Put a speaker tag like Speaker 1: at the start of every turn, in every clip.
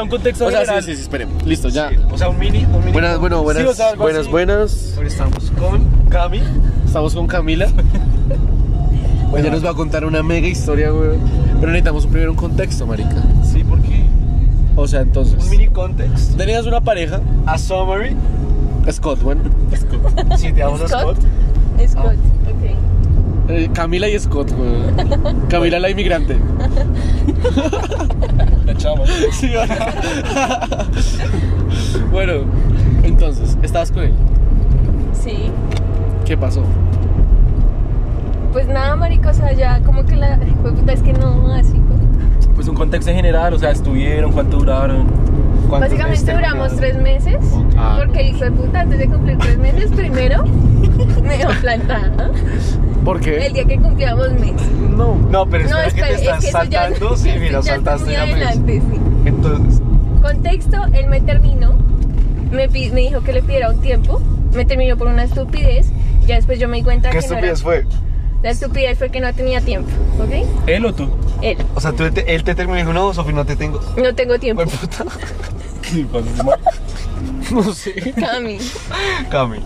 Speaker 1: Un contexto
Speaker 2: O sea,
Speaker 1: general.
Speaker 2: sí, sí, sí, esperemos. Listo, ya.
Speaker 1: O sea, un mini. Un mini
Speaker 2: Buenas, bueno, buenas,
Speaker 1: Sí, o sea, algo
Speaker 2: buenas,
Speaker 1: así.
Speaker 2: buenas.
Speaker 1: Ahora Estamos con Cami.
Speaker 2: Estamos con Camila. Ella nos va a contar una mega historia, güey. Pero necesitamos primero un contexto, marica.
Speaker 1: Sí, porque
Speaker 2: O sea,
Speaker 1: un
Speaker 2: entonces.
Speaker 1: mini context.
Speaker 2: Tenías una pareja,
Speaker 1: A summary.
Speaker 2: Scott, bueno.
Speaker 1: Si te vamos a
Speaker 3: Scott.
Speaker 1: Scott.
Speaker 3: Scott, ok.
Speaker 2: Eh, Camila y Scott, güey. Camila la inmigrante.
Speaker 1: La chama.
Speaker 2: Sí, bueno. bueno, entonces, estabas con él.
Speaker 3: Sí.
Speaker 2: ¿Qué pasó?
Speaker 3: Pues nada, marico, o sea, ya como que la. Ay, Puta, es que no, así. pues.
Speaker 1: Pues un contexto en general, o sea, estuvieron, cuánto duraron. ¿Cuántos meses
Speaker 3: Básicamente duramos
Speaker 1: terminaron?
Speaker 3: tres meses.
Speaker 2: Ah.
Speaker 3: Porque el hijo de puta, antes de cumplir tres meses, primero me dejó plantada.
Speaker 2: ¿Por
Speaker 3: El
Speaker 2: qué?
Speaker 3: día que cumplíamos mes.
Speaker 2: No.
Speaker 1: No, pero
Speaker 3: No,
Speaker 1: espera que
Speaker 3: espera,
Speaker 1: te
Speaker 3: es
Speaker 1: estás
Speaker 3: que eso ya.
Speaker 1: saltando. Sí, mira,
Speaker 3: ya está
Speaker 1: saltaste
Speaker 3: muy
Speaker 1: ya. pues.
Speaker 3: adelante, sí.
Speaker 1: Entonces,
Speaker 3: Contexto, él me terminó, me, pi- me dijo que le pidiera un tiempo, me terminó por una estupidez, ya después yo me di cuenta
Speaker 1: ¿qué
Speaker 3: que no era-
Speaker 1: estupidez fue?
Speaker 3: La estupidez fue que no tenía tiempo, ¿ok?
Speaker 1: ¿Él o tú?
Speaker 3: Él,
Speaker 1: O sea, tú, te- él te terminó y dijo, no, Sofi, no te tengo.
Speaker 3: no tengo tiempo.
Speaker 1: Pues puta. ¿Qué pasa, Mar?
Speaker 2: No sé.
Speaker 3: Cami.
Speaker 1: Cami.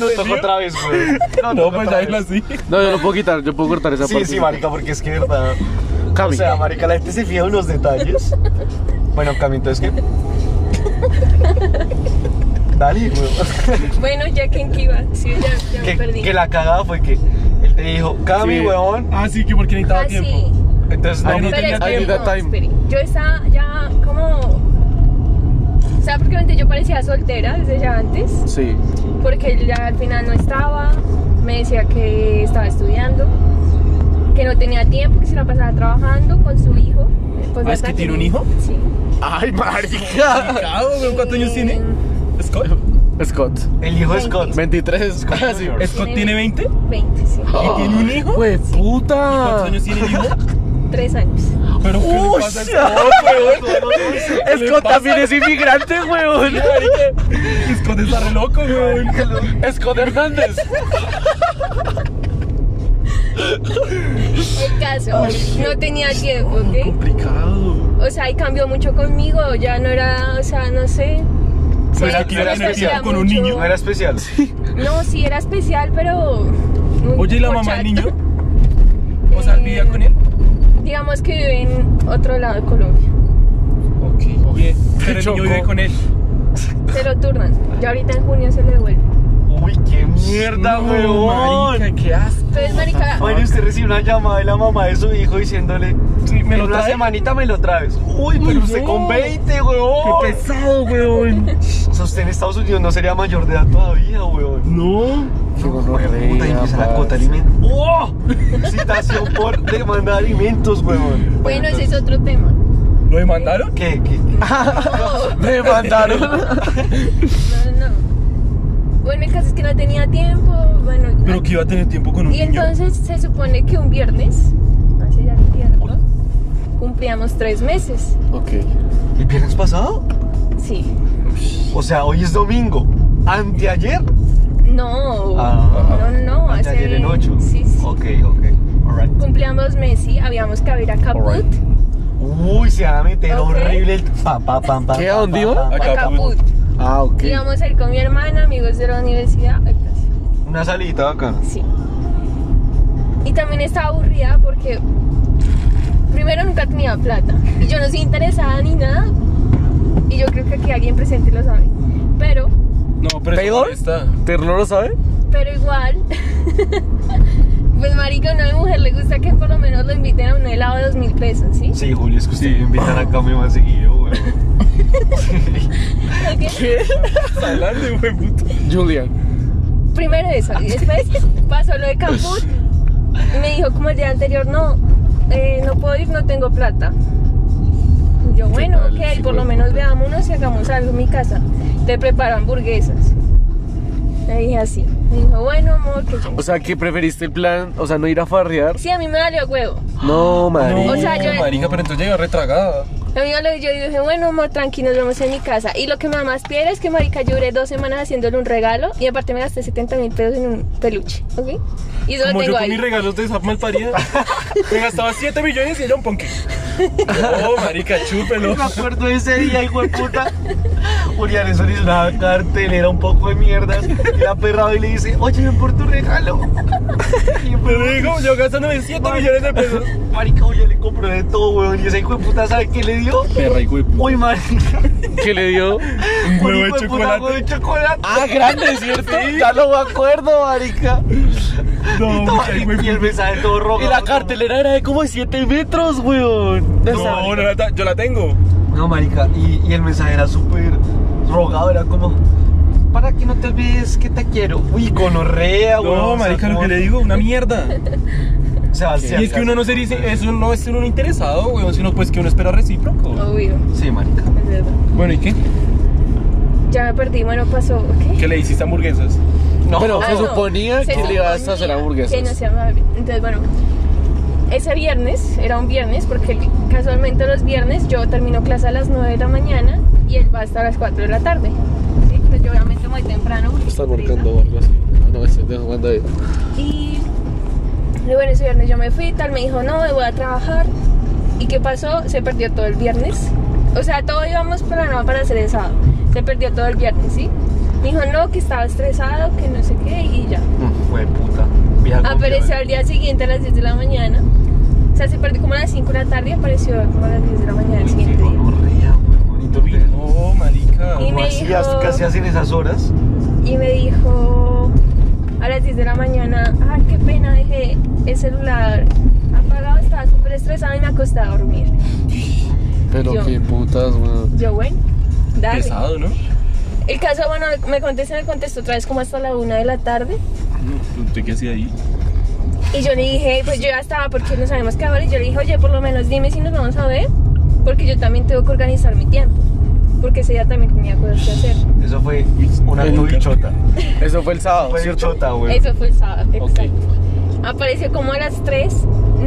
Speaker 1: Nos tocó otra vez, güey.
Speaker 4: No,
Speaker 1: tocó
Speaker 4: pues
Speaker 1: otra
Speaker 4: ya es
Speaker 1: vez.
Speaker 4: así.
Speaker 2: No, yo lo puedo quitar, yo puedo cortar esa
Speaker 1: Sí,
Speaker 2: parte.
Speaker 1: sí, marica, porque es que de verdad.
Speaker 2: Cami.
Speaker 1: O sea, marica, la gente se fija en los detalles. Bueno, Cami, entonces qué. Dale, güey.
Speaker 3: Bueno, ya que en qué iba, sí, ya, ya me
Speaker 1: Que,
Speaker 3: perdí. Ah,
Speaker 1: que la cagada fue que él te dijo, Cami,
Speaker 2: Sí.
Speaker 1: weón.
Speaker 4: Ah, sí, que porque necesitaba
Speaker 3: Ah, sí.
Speaker 4: tiempo.
Speaker 1: Entonces
Speaker 4: Ay,
Speaker 1: no,
Speaker 4: no
Speaker 3: Pero
Speaker 4: tenía
Speaker 3: es que
Speaker 2: I need
Speaker 3: no,
Speaker 2: that time.
Speaker 3: espere. Yo estaba ya como. O sea, prácticamente yo parecía soltera desde ya antes,
Speaker 2: Sí.
Speaker 3: porque él ya al final no estaba, me decía que estaba estudiando, que no tenía tiempo, que se la pasaba trabajando con su hijo. Pues
Speaker 4: Ah, ¿es
Speaker 3: hasta
Speaker 4: que tiene un hijo?
Speaker 3: Sí.
Speaker 2: Ay, marica.
Speaker 4: Cabo, güey, ¿Cuántos años tiene?
Speaker 3: Mm,
Speaker 4: Scott.
Speaker 2: Scott.
Speaker 1: el hijo de Scott.
Speaker 2: 23. Ah, sí.
Speaker 1: Junior.
Speaker 4: Scott tiene 20. ¿Y
Speaker 3: 20, sí.
Speaker 4: tiene un hijo?
Speaker 2: ¡Hue
Speaker 4: ¿Cuántos
Speaker 2: puta!
Speaker 4: años tiene el hijo?
Speaker 3: Tres años.
Speaker 4: Pero ¿qué le
Speaker 2: ¡Uy!
Speaker 4: pasa a Scott,
Speaker 2: Scott también es inmigrante, weón.
Speaker 4: güey? Scott está re loco, güey.
Speaker 2: Scott Hernández.
Speaker 3: El caso, no tenía tiempo, ¿ok?
Speaker 2: Complicado.
Speaker 3: O sea, y cambió mucho conmigo, ya no era, o sea, no sé.
Speaker 1: No era
Speaker 3: Se-
Speaker 1: que era
Speaker 3: se
Speaker 1: especial
Speaker 3: parecía
Speaker 4: con un
Speaker 3: mucho.
Speaker 4: niño,
Speaker 1: No era especial.
Speaker 3: No, sí era especial, pero... muy
Speaker 4: Oye, ¿y la
Speaker 3: corchato.
Speaker 4: mamá del niño? O sea, ¿vivía con él?
Speaker 3: Digamos que vive en otro lado de Colombia.
Speaker 4: Ok. Bien. Pero el
Speaker 2: chocó.
Speaker 4: niño vive con él.
Speaker 3: Se lo turnan. Ya ahorita en junio se lo devuelve.
Speaker 1: Uy, qué mierda,
Speaker 4: No,
Speaker 1: weón.
Speaker 4: marica, qué asco.
Speaker 3: Entonces, marica,
Speaker 1: Ah, Bueno, y usted recibe una llamada de la mamá de su hijo diciéndole,
Speaker 4: Sí, me
Speaker 1: en
Speaker 4: lo
Speaker 1: una
Speaker 4: trae.
Speaker 1: semanita me lo traes. Uy, pero
Speaker 4: Uy,
Speaker 1: usted
Speaker 4: no.
Speaker 1: con 20, weón.
Speaker 4: Qué pesado, güey.
Speaker 1: O sea, usted en Estados Unidos no sería mayor de edad todavía, weón.
Speaker 4: No.
Speaker 2: Qué
Speaker 1: Puta, y empieza la cuota de alimentos. ¡Oh! Citación por demanda de alimentos, weón.
Speaker 3: bueno, ese es otro tema.
Speaker 4: ¿Lo demandaron?
Speaker 1: ¿Qué? ¿Qué?
Speaker 2: Me mandaron.
Speaker 3: No, no, no. Bueno, el caso es que no tenía tiempo, bueno...
Speaker 4: Pero que iba a tener tiempo con un
Speaker 3: Y
Speaker 4: niño.
Speaker 3: entonces se supone que un viernes, hace ya tiempo, cumplíamos tres meses.
Speaker 2: Ok.
Speaker 1: ¿El viernes pasado?
Speaker 3: Sí.
Speaker 1: O sea, hoy es domingo. ¿Anteayer?
Speaker 3: No,
Speaker 1: Ah.
Speaker 3: no, no, no,
Speaker 1: Anteayer
Speaker 3: hace...
Speaker 1: en 8.
Speaker 3: Sí, sí.
Speaker 1: Ok, ok. Alright.
Speaker 3: Cumplíamos Messi, habíamos que abrir a Caput.
Speaker 2: Alright.
Speaker 1: Uy, se va a meter
Speaker 3: Ok.
Speaker 1: horrible el. Pa, pa, pa, pa,
Speaker 2: ¿Qué?
Speaker 1: pa,
Speaker 2: ¿A dónde
Speaker 1: pa,
Speaker 2: iba?
Speaker 1: pa,
Speaker 3: a
Speaker 1: pa.
Speaker 4: Acá,
Speaker 3: Caput.
Speaker 2: Ah, ok.
Speaker 3: Íbamos a ir con mi hermana, amigos de la universidad. Ay, gracias.
Speaker 1: Una salita acá.
Speaker 3: Sí. Y también estaba aburrida porque primero nunca tenía plata. Y yo no soy interesada ni nada. Y yo creo que aquí alguien presente lo sabe. Pero,
Speaker 4: No, pero eso
Speaker 2: ¿Peidor?
Speaker 4: molesta.
Speaker 2: ¿Terno lo sabe?
Speaker 3: pero igual. pues marica, a una mujer le gusta que por lo menos lo inviten a un helado de dos mil pesos, ¿sí?
Speaker 1: Sí, Julio, es que usted me invitan a cambio más seguido, weón.
Speaker 3: Ok.
Speaker 4: Adelante, güey, puto.
Speaker 2: Julian.
Speaker 3: Primero eso, y después pasó lo de Camput. Y me dijo como el día anterior, no, eh, no puedo ir, no tengo plata. Y Yo, bueno,
Speaker 2: tal,
Speaker 3: ok,
Speaker 2: hijo
Speaker 3: por
Speaker 2: de
Speaker 3: lo menos veámonos y hagamos algo en mi casa. Te preparo hamburguesas. Le dije así. Me dijo, bueno, amor, que yo...
Speaker 2: O sea, que preferiste el plan, o sea, no ir a farrear.
Speaker 3: Sí, a mí me valió huevo.
Speaker 2: No, marica.
Speaker 3: O sea, yo-
Speaker 4: Marica, pero entonces llega retragada.
Speaker 3: Lo mismo lo- yo dije, bueno, amor, tranqui, nos vemos en mi casa. Y lo que me da más piedra es que, marica, yo duré dos semanas haciéndole un regalo y aparte me gasté 70 mil pesos en un peluche, ¿ok? Y eso lo
Speaker 4: Como yo
Speaker 3: tengo
Speaker 4: con
Speaker 3: ahí.
Speaker 4: mis regalos de esa malparida. me gastaba 7 millones y era un ponque. Oh, marica, chúpelo.
Speaker 1: Yo me acuerdo de ese día, hijo de puta. Julián eso le hizo una cartelera un poco de mierdas. Y la perra y le dice, oye, ven por tu regalo. Y
Speaker 4: Te
Speaker 1: me
Speaker 4: digo, yo gastándome 7 millones de pesos.
Speaker 1: Marica, Julián le compró de todo, weón. Y ese hijo de puta, ¿sabe qué le dio?
Speaker 4: Perra, hijo de puta.
Speaker 1: Uy, marica.
Speaker 2: ¿Qué le dio?
Speaker 4: Un huevo de
Speaker 1: hijo puta
Speaker 4: chocolate.
Speaker 1: huevo de chocolate.
Speaker 2: Ah, grande, ¿cierto?
Speaker 1: Ya no me acuerdo, marica.
Speaker 4: No,
Speaker 1: Y,
Speaker 4: no,
Speaker 1: todo- y- y el mensaje todo rojo.
Speaker 2: Y la cartelera era de como 7 metros, weón.
Speaker 4: no, no la ta- yo la tengo.
Speaker 1: No, marica, y, y el mensaje era súper rogado, era como, para que no te olvides que te quiero. Uy, gonorrea, weón. o sea,
Speaker 4: No, marica, lo
Speaker 1: como-
Speaker 4: que le digo, una mierda.
Speaker 1: Sebastián.
Speaker 4: Y es que uno no se dice, eso no es ser uno interesado, weón, sino pues que uno espera recíproco.
Speaker 3: Obvio,
Speaker 1: Sí, marica.
Speaker 3: es verdad.
Speaker 4: Bueno, ¿y qué?
Speaker 3: Ya me perdí, bueno, pasó, ¿ok?
Speaker 4: ¿Qué le hiciste a hamburguesas?
Speaker 1: No,
Speaker 2: Bueno,
Speaker 3: Ah,
Speaker 2: se
Speaker 3: no,
Speaker 2: suponía
Speaker 3: se
Speaker 2: que le ibas a
Speaker 3: suponía
Speaker 2: hacer
Speaker 3: Que no
Speaker 2: hamburguesas.
Speaker 3: se llamaba- Entonces, bueno, ese viernes, era un viernes, porque casualmente los viernes yo termino clase a las 9 de la mañana y él va hasta las 4 de la tarde. ¿sí? Pues yo obviamente muy temprano. porque
Speaker 2: Están
Speaker 3: tengo prisa.
Speaker 2: marcando o algo así. Ah, No, ese dejo cuando ahí.
Speaker 3: Y, y bueno, ese viernes yo me fui, tal, me dijo, no, me voy a trabajar. ¿Y qué pasó? Se perdió todo el viernes. O sea, todo íbamos programado para hacer el sábado. Se perdió todo el viernes, ¿sí? Me dijo, no, que estaba estresado, que no sé qué, y ya.
Speaker 1: Fue puta. Vieja
Speaker 2: Ah,
Speaker 3: Apareció
Speaker 1: confiable.
Speaker 3: al día siguiente a las 10 de la mañana. O sea, se perdió como a las 5 de la tarde y apareció como a las 10 de la mañana el
Speaker 1: Uy, qué
Speaker 3: siguiente día.
Speaker 1: gonorrea, weón. Y tú,
Speaker 4: Uy, no, marica.
Speaker 3: Y
Speaker 1: ¿cómo
Speaker 3: me
Speaker 1: hacías?
Speaker 3: dijo-
Speaker 1: ¿Qué hacías en esas horas?
Speaker 3: Y me dijo a las 10 de la mañana, ay, qué pena, dejé el celular apagado, estaba súper estresada y me acosté a dormir.
Speaker 2: Pero
Speaker 3: Yo.
Speaker 2: qué putas, weón.
Speaker 3: Yo, bueno, dale.
Speaker 4: Pesado, ¿no?
Speaker 3: El caso, bueno, me contesté, me contestó otra vez como hasta la una de la tarde.
Speaker 4: No, ¿Usted qué hacía ahí?
Speaker 3: Y yo le dije, pues yo ya estaba porque nos habíamos quedado y yo le dije, oye, por lo menos dime si nos vamos a ver, porque yo también tengo que organizar mi tiempo, porque ese día también tenía cosas que hacer.
Speaker 1: Eso fue una
Speaker 2: Nunca.
Speaker 1: tubichota.
Speaker 2: Eso fue el sábado,
Speaker 1: Fue
Speaker 2: ¿cierto?
Speaker 1: bichota, weón.
Speaker 3: Eso fue el sábado,
Speaker 2: Ok.
Speaker 3: exacto. Apareció como a las 3.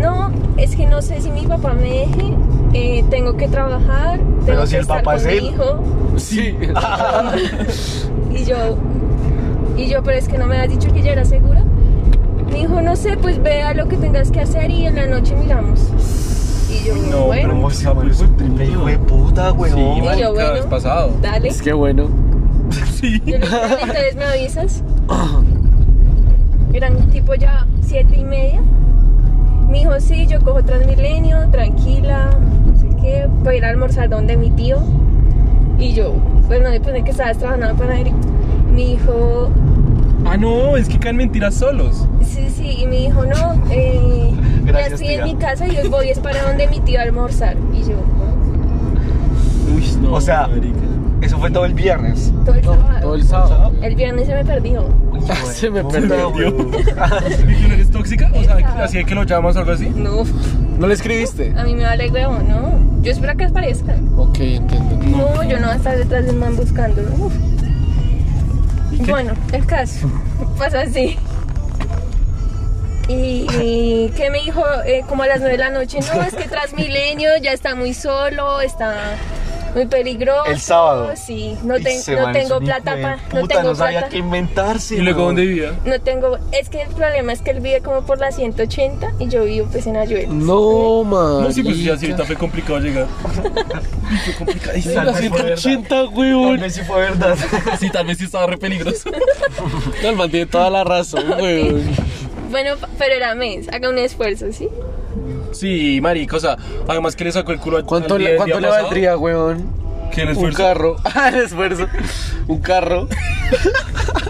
Speaker 3: No, es que no sé si mi papá me deje, eh, tengo que trabajar, tengo
Speaker 1: Pero
Speaker 3: que
Speaker 1: si el
Speaker 3: estar
Speaker 1: papá
Speaker 3: con
Speaker 1: es
Speaker 3: mi
Speaker 1: él.
Speaker 3: hijo.
Speaker 2: Sí.
Speaker 3: Y yo, y yo, pero es que no me has dicho que ya era segura. Me dijo, no sé, pues vea lo que tengas que hacer y en la noche miramos. Y yo,
Speaker 4: Uy, no,
Speaker 3: bueno,
Speaker 1: Pero,
Speaker 4: Pero,
Speaker 1: sí,
Speaker 4: pues,
Speaker 1: weón,
Speaker 4: hijo
Speaker 1: es
Speaker 4: de
Speaker 1: un
Speaker 4: puta.
Speaker 1: triple hijo de puta, weón.
Speaker 4: Sí,
Speaker 3: Y
Speaker 4: marica,
Speaker 3: yo, bueno.
Speaker 4: es pasado.
Speaker 3: dale.
Speaker 2: Es que bueno.
Speaker 4: Sí.
Speaker 3: Yo le dije, "Dale, entonces me avisas. Eran tipo ya siete y media. Me dijo, sí, yo cojo Transmilenio, tranquila, no sé qué, para ir a almorzar donde mi tío. Y yo, pues no le puse que estabas trabajando para él. Me dijo,
Speaker 4: Ah, no, es que caen mentiras solos.
Speaker 3: sí, sí, y me dijo, no, eh, ya
Speaker 1: Gracias,
Speaker 3: estoy
Speaker 1: tía.
Speaker 3: en mi casa y hoy voy es para donde mi tío a almorzar. Y yo,
Speaker 4: Uy, no.
Speaker 1: O sea,
Speaker 4: marica.
Speaker 1: Eso fue todo el viernes.
Speaker 3: todo el sábado.
Speaker 2: Todo el sábado.
Speaker 3: El viernes se me perdió.
Speaker 1: Uy, hijo de
Speaker 2: Se me
Speaker 1: puta,
Speaker 2: perdió.
Speaker 1: weón.
Speaker 4: ¿Y tú no eres tóxica? O sea, así es que lo llamas o algo así.
Speaker 3: No,
Speaker 2: ¿No le escribiste?
Speaker 3: a mí me vale huevo, no. Yo espero que aparezca.
Speaker 2: Ok, entiendo.
Speaker 3: No, yo no voy a estar detrás de un man buscándolo. Uf. Bueno, el caso pasa así. Y, y que me dijo eh, como a las 9 de la noche, no, es que Transmilenio ya está muy solo, está muy peligroso.
Speaker 1: El sábado.
Speaker 3: Sí, no,
Speaker 1: Y
Speaker 3: te-
Speaker 1: ese
Speaker 3: no
Speaker 1: man es
Speaker 3: tengo
Speaker 1: un hijo
Speaker 3: plata
Speaker 1: de
Speaker 3: para... No
Speaker 1: puta,
Speaker 3: tengo
Speaker 1: no sabía
Speaker 3: plata.
Speaker 1: qué inventarse.
Speaker 4: ¿Y luego
Speaker 1: weón.
Speaker 4: dónde vivía?
Speaker 3: No tengo... Es que el problema es que él vive como por la 180 y yo vivo pues en Ayuel.
Speaker 2: No, man.
Speaker 4: No, sí, pues sí, así ahorita fue complicado llegar. Fue
Speaker 1: Sí,
Speaker 4: complicadísimo.
Speaker 1: la siento.
Speaker 2: 180,
Speaker 1: Tal
Speaker 2: weón.
Speaker 1: vez sí fue verdad.
Speaker 4: Sí, tal vez sí estaba re peligroso.
Speaker 2: No, el man tiene toda la razón, weón.
Speaker 3: Bueno, pa- pero era mes, haga un esfuerzo, ¿sí?
Speaker 4: Sí, marica, o sea, además que le sacó el culo a
Speaker 2: ¿Cuánto, le, cuánto le valdría, weón?
Speaker 4: ¿Qué
Speaker 2: Un
Speaker 4: le esfuerzo?
Speaker 2: carro. Ah, el esfuerzo. Un carro.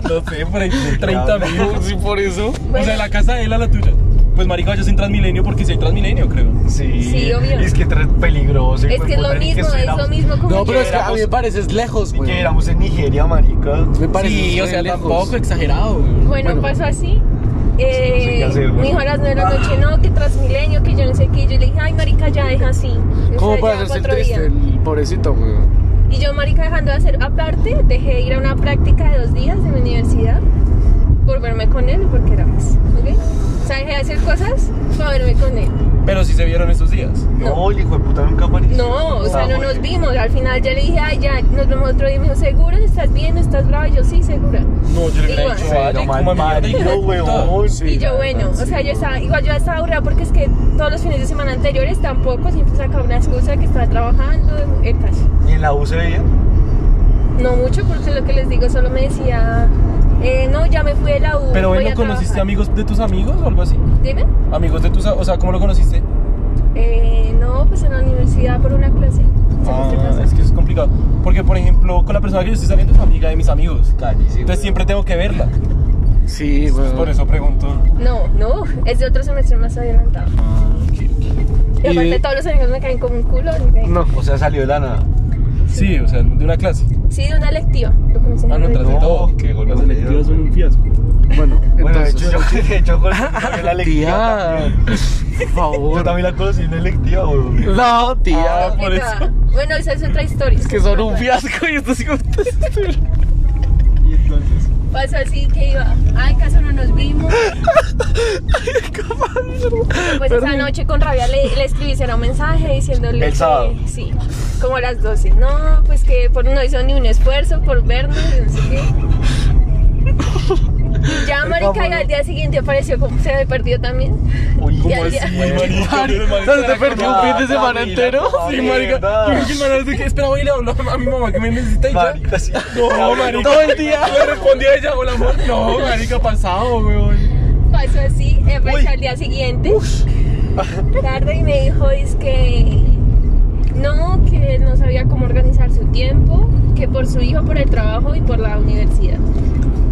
Speaker 4: No sé, por ahí 30 mil.
Speaker 3: Pues,
Speaker 2: Sí, por eso.
Speaker 4: O sea, la casa de él a la tuya. Pues marica, vayas en Transmilenio porque si hay Transmilenio, creo.
Speaker 1: Sí,
Speaker 3: Sí, obvio.
Speaker 1: Es que tra- peligroso.
Speaker 3: Es que es lo mismo, es lo mismo como...
Speaker 2: No,
Speaker 3: yo.
Speaker 2: pero es que a mí me parece es lejos,
Speaker 1: Y que
Speaker 2: weón.
Speaker 1: éramos en Nigeria, marica.
Speaker 2: Me parece
Speaker 4: Sí, o
Speaker 2: re
Speaker 4: sea,
Speaker 2: lejos.
Speaker 4: tampoco exagerado. güey.
Speaker 3: Bueno,
Speaker 2: Bueno.
Speaker 3: pasó así. Eh,
Speaker 1: qué hacer,
Speaker 3: mi hijo a las 9 de la noche, no, que Transmilenio, que yo no sé qué. Y Yo le dije, ay, marica, ya deja así. O
Speaker 2: ¿Cómo
Speaker 3: sea,
Speaker 2: para
Speaker 3: ya
Speaker 2: hacerse el
Speaker 3: otro día.
Speaker 2: triste? El pobrecito, weón.
Speaker 3: Y yo, marica, dejando de hacer. Aparte, dejé de ir a una práctica de dos días de mi universidad por verme con él porque era más. ¿ok? O sea, dejé de hacer cosas para verme con él.
Speaker 4: Pero sí se vieron esos días.
Speaker 1: No, el hijo de puta nunca apareció.
Speaker 3: No, o sea,
Speaker 1: Ah,
Speaker 3: no
Speaker 1: bueno.
Speaker 3: nos vimos. Al final ya le dije, ay, ya, nos vemos otro día. Y me dijo, ¿segura? ¿Estás bien? ¿Estás brava? Yo, sí, segura.
Speaker 4: No, yo le hubiera
Speaker 3: Igual.
Speaker 4: dicho,
Speaker 1: Sí,
Speaker 4: vaya,
Speaker 1: no,
Speaker 4: coma
Speaker 1: mal
Speaker 4: mierda, hijo de
Speaker 1: parido,
Speaker 4: puta.
Speaker 1: huevón, sí,
Speaker 3: y yo,
Speaker 1: la
Speaker 3: bueno,
Speaker 1: verdad,
Speaker 3: o sea,
Speaker 1: sí.
Speaker 3: yo estaba, igual yo estaba aburrida porque es que todos los fines de semana anteriores tampoco, siempre sacaba una excusa que estaba trabajando, el caso.
Speaker 1: ¿Y en la U se veía?
Speaker 3: No mucho, porque lo que les digo, solo me decía, eh, no, ya me fui de la U.
Speaker 4: Pero
Speaker 3: voy
Speaker 4: bueno,
Speaker 3: a
Speaker 4: ¿conociste
Speaker 3: trabajar".
Speaker 4: amigos de tus amigos o algo así?
Speaker 3: Dime,
Speaker 4: Amigos de tus, a- o sea, ¿cómo lo conociste?
Speaker 3: eh, no, pues en la universidad por una clase.
Speaker 4: Ah,
Speaker 3: semestre pasado.
Speaker 4: es que eso es complicado. Porque, por ejemplo, con la persona que yo estoy saliendo es amiga de mis amigos. Entonces siempre tengo que verla.
Speaker 2: Sí, weón.
Speaker 4: Por eso pregunto.
Speaker 3: No, no, es de otro semestre más adelantado. Y
Speaker 2: Y de-
Speaker 3: aparte todos los amigos me caen como un culo. me-
Speaker 2: No.
Speaker 1: O sea, salió de la nada.
Speaker 4: Sí, o sea, de una clase.
Speaker 3: Sí, de una lectiva. Lo conocí en
Speaker 4: Ah, no,
Speaker 3: una
Speaker 4: tras de
Speaker 1: No,
Speaker 4: todo.
Speaker 1: qué golpe.
Speaker 4: Las electivas son un fiasco.
Speaker 2: Bueno,
Speaker 1: Bueno, de
Speaker 2: entonces.
Speaker 1: hecho, yo, de hecho, con- salió la lectiva.
Speaker 2: Tía, por
Speaker 1: Yo
Speaker 2: favor.
Speaker 1: también la conocí en la electiva, weón.
Speaker 2: No, tía.
Speaker 3: lectiva.
Speaker 4: por eso.
Speaker 3: Bueno, esa es otra historia.
Speaker 2: Es que son un fiasco y estos hijos.
Speaker 1: Y entonces.
Speaker 3: Pasó así que iba, ay, caso no nos vimos. Pues esa noche con rabia le, le escribí será un mensaje diciéndole
Speaker 1: El
Speaker 3: que-
Speaker 1: sábado.
Speaker 3: sí, como a las 12. No, pues que por no hizo ni un esfuerzo por vernos, y no sé qué. Y ya marica y al día siguiente apareció como se me perdió también.
Speaker 1: Uy,
Speaker 3: Y
Speaker 1: ¿cómo
Speaker 3: al
Speaker 1: es?
Speaker 3: día-
Speaker 2: ¿Dónde te perdí un fin de semana
Speaker 1: Camila,
Speaker 2: entero?
Speaker 1: por
Speaker 4: Sí,
Speaker 1: favor,
Speaker 4: marica.
Speaker 1: verdad.
Speaker 4: Yo creo que el man es de que espera, voy y le hablo a mi mamá que me necesita y ya.
Speaker 1: Marica, sí.
Speaker 4: No, marica.
Speaker 2: Todo el día.
Speaker 4: Le respondí a ella, hola amor. No, marica, pasado, weón.
Speaker 3: Pasó así, eh, apareció al día siguiente. Tarde y me dijo, es que no, que no sabía cómo organizar su tiempo, que por su hijo, por el trabajo y por la universidad.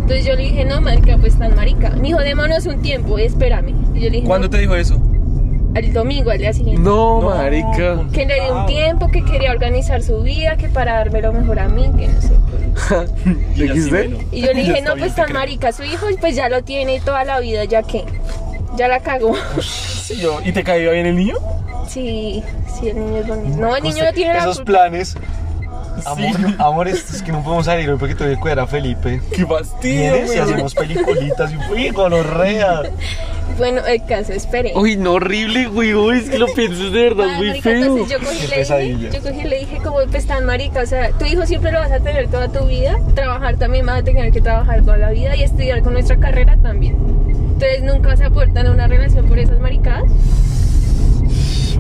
Speaker 3: Entonces yo le dije, no, marica, pues tan marica. Me dijo, démonos un tiempo, espérame. Y yo le dije,
Speaker 4: ¿Cuándo
Speaker 3: no,
Speaker 4: te dijo eso?
Speaker 3: al domingo, al día siguiente.
Speaker 2: No,
Speaker 4: No.
Speaker 2: marica.
Speaker 3: Que le di un tiempo, que quería organizar su vida, que para dármelo mejor a mí, que no sé qué.
Speaker 4: Y así, bueno.
Speaker 2: ¿XD?
Speaker 3: Y yo le
Speaker 4: Ya
Speaker 3: dije,
Speaker 4: está
Speaker 3: no,
Speaker 4: bien,
Speaker 3: pues
Speaker 4: te
Speaker 3: tan
Speaker 4: creo.
Speaker 3: marica, su hijo pues ya lo tiene toda la vida, ya que, ya la cagó.
Speaker 4: Sí, yo. ¿Y te caía bien el niño?
Speaker 3: Sí, sí, el niño es bonito. No, el niño no tiene la
Speaker 1: Esos
Speaker 3: culpa.
Speaker 1: planes. Amor, amor, esto es que no podemos salir hoy porque todavía cuadra Felipe.
Speaker 4: Qué fastidio,
Speaker 1: ¿Vienes? Y
Speaker 4: weón.
Speaker 1: hacemos peliculitas y uy, gonorrea.
Speaker 3: Bueno, el caso, espere.
Speaker 2: Uy, no, horrible, güey. uy, Es que lo piensas de
Speaker 3: Ah,
Speaker 2: verdad, es muy
Speaker 3: marica,
Speaker 2: feo.
Speaker 3: entonces yo cogí, y
Speaker 1: Qué
Speaker 3: le dije,
Speaker 1: pesadilla.
Speaker 3: yo cogí y le dije como pues tan marica, o sea, tu hijo siempre lo vas a tener toda tu vida, trabajar también vas a tener que trabajar toda la vida y estudiar con nuestra carrera también. Entonces nunca vas a poder tener una relación por esas maricadas.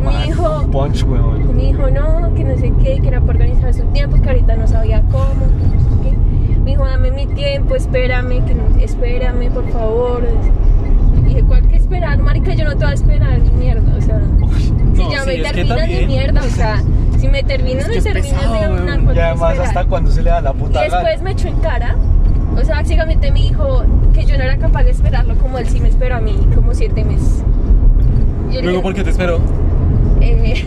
Speaker 3: Mi hijo,
Speaker 1: Punch, weón.
Speaker 3: mi hijo no, que no sé qué, que era para organizar su tiempo, que ahorita no sabía cómo, que no sé qué. Me dijo, dame mi tiempo, espérame, que no, espérame, por favor. Y dije, ¿cuál que esperar? Marica, yo no te voy a esperar, ni mierda, o sea. Si
Speaker 4: No,
Speaker 3: ya
Speaker 4: sí,
Speaker 3: me
Speaker 4: es que
Speaker 3: terminas de
Speaker 4: también.
Speaker 3: mierda, o sea, si me terminas, me terminas de una
Speaker 1: Y además, ¿hasta cuándo se le da la
Speaker 3: Y
Speaker 1: puta
Speaker 3: después
Speaker 1: gana?
Speaker 3: me echó en cara. O sea, básicamente me dijo que yo no era capaz de esperarlo como él sí me esperó a mí, como siete meses. Y yo le
Speaker 4: Luego,
Speaker 3: dije,
Speaker 4: ¿por qué te esperó?
Speaker 3: eh,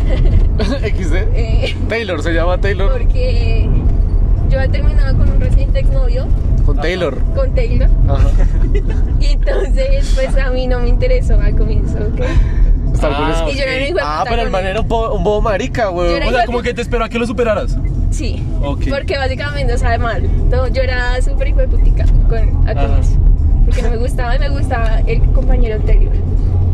Speaker 2: XD.
Speaker 3: eh,
Speaker 2: Taylor, se llama Taylor.
Speaker 3: porque yo había terminado con un reciente exnovio,
Speaker 2: Con Taylor.
Speaker 3: con Taylor.
Speaker 2: Ajá. Ah.
Speaker 3: Y entonces, pues a mí no me interesó al comienzo, ¿ok?
Speaker 2: Estar con
Speaker 4: Ah,
Speaker 2: eso.
Speaker 3: Y yo era
Speaker 4: ok.
Speaker 3: una hijo de
Speaker 2: Ah,
Speaker 3: puta
Speaker 2: pero el
Speaker 3: con
Speaker 2: man
Speaker 3: él.
Speaker 2: era un bo- un bobo marica,
Speaker 3: Yo
Speaker 2: güey.
Speaker 3: era-
Speaker 4: O sea, como que te esperó a que lo superaras.
Speaker 3: Sí.
Speaker 4: Ok.
Speaker 3: Porque básicamente, o sea, mal. No, yo era súper hijo de putica con a
Speaker 4: Ajá.
Speaker 3: comienzo. Porque no me gustaba y me gustaba el compañero anterior.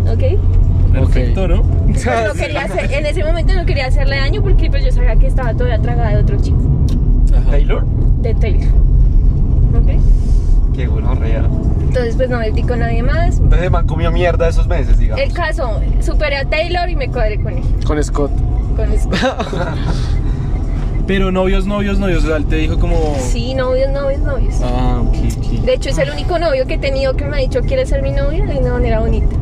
Speaker 3: ¿Ok?
Speaker 4: Perfecto, ¿no?
Speaker 3: Pero no quería hacer, en ese momento no quería hacerle daño porque pues yo sabía que estaba todavía tragada de otro chico,
Speaker 4: Ajá.
Speaker 1: ¿Taylor?
Speaker 3: de Taylor. ¿Ok?
Speaker 1: Qué gonorrea.
Speaker 3: Entonces, pues no me metí con nadie más.
Speaker 1: Entonces, man, comió mierda esos meses, digamos.
Speaker 3: El caso, superé a Taylor y me cuadré con él.
Speaker 2: Con Scott.
Speaker 3: Con eso.
Speaker 4: Pero novios, novios, novios. O sea, él te dijo como.
Speaker 3: Sí, novios, novios, novios.
Speaker 4: Ah, ok, ok.
Speaker 3: De hecho, es el único novio que he tenido que me ha dicho, ¿quieres ser mi novia? De una manera bonita.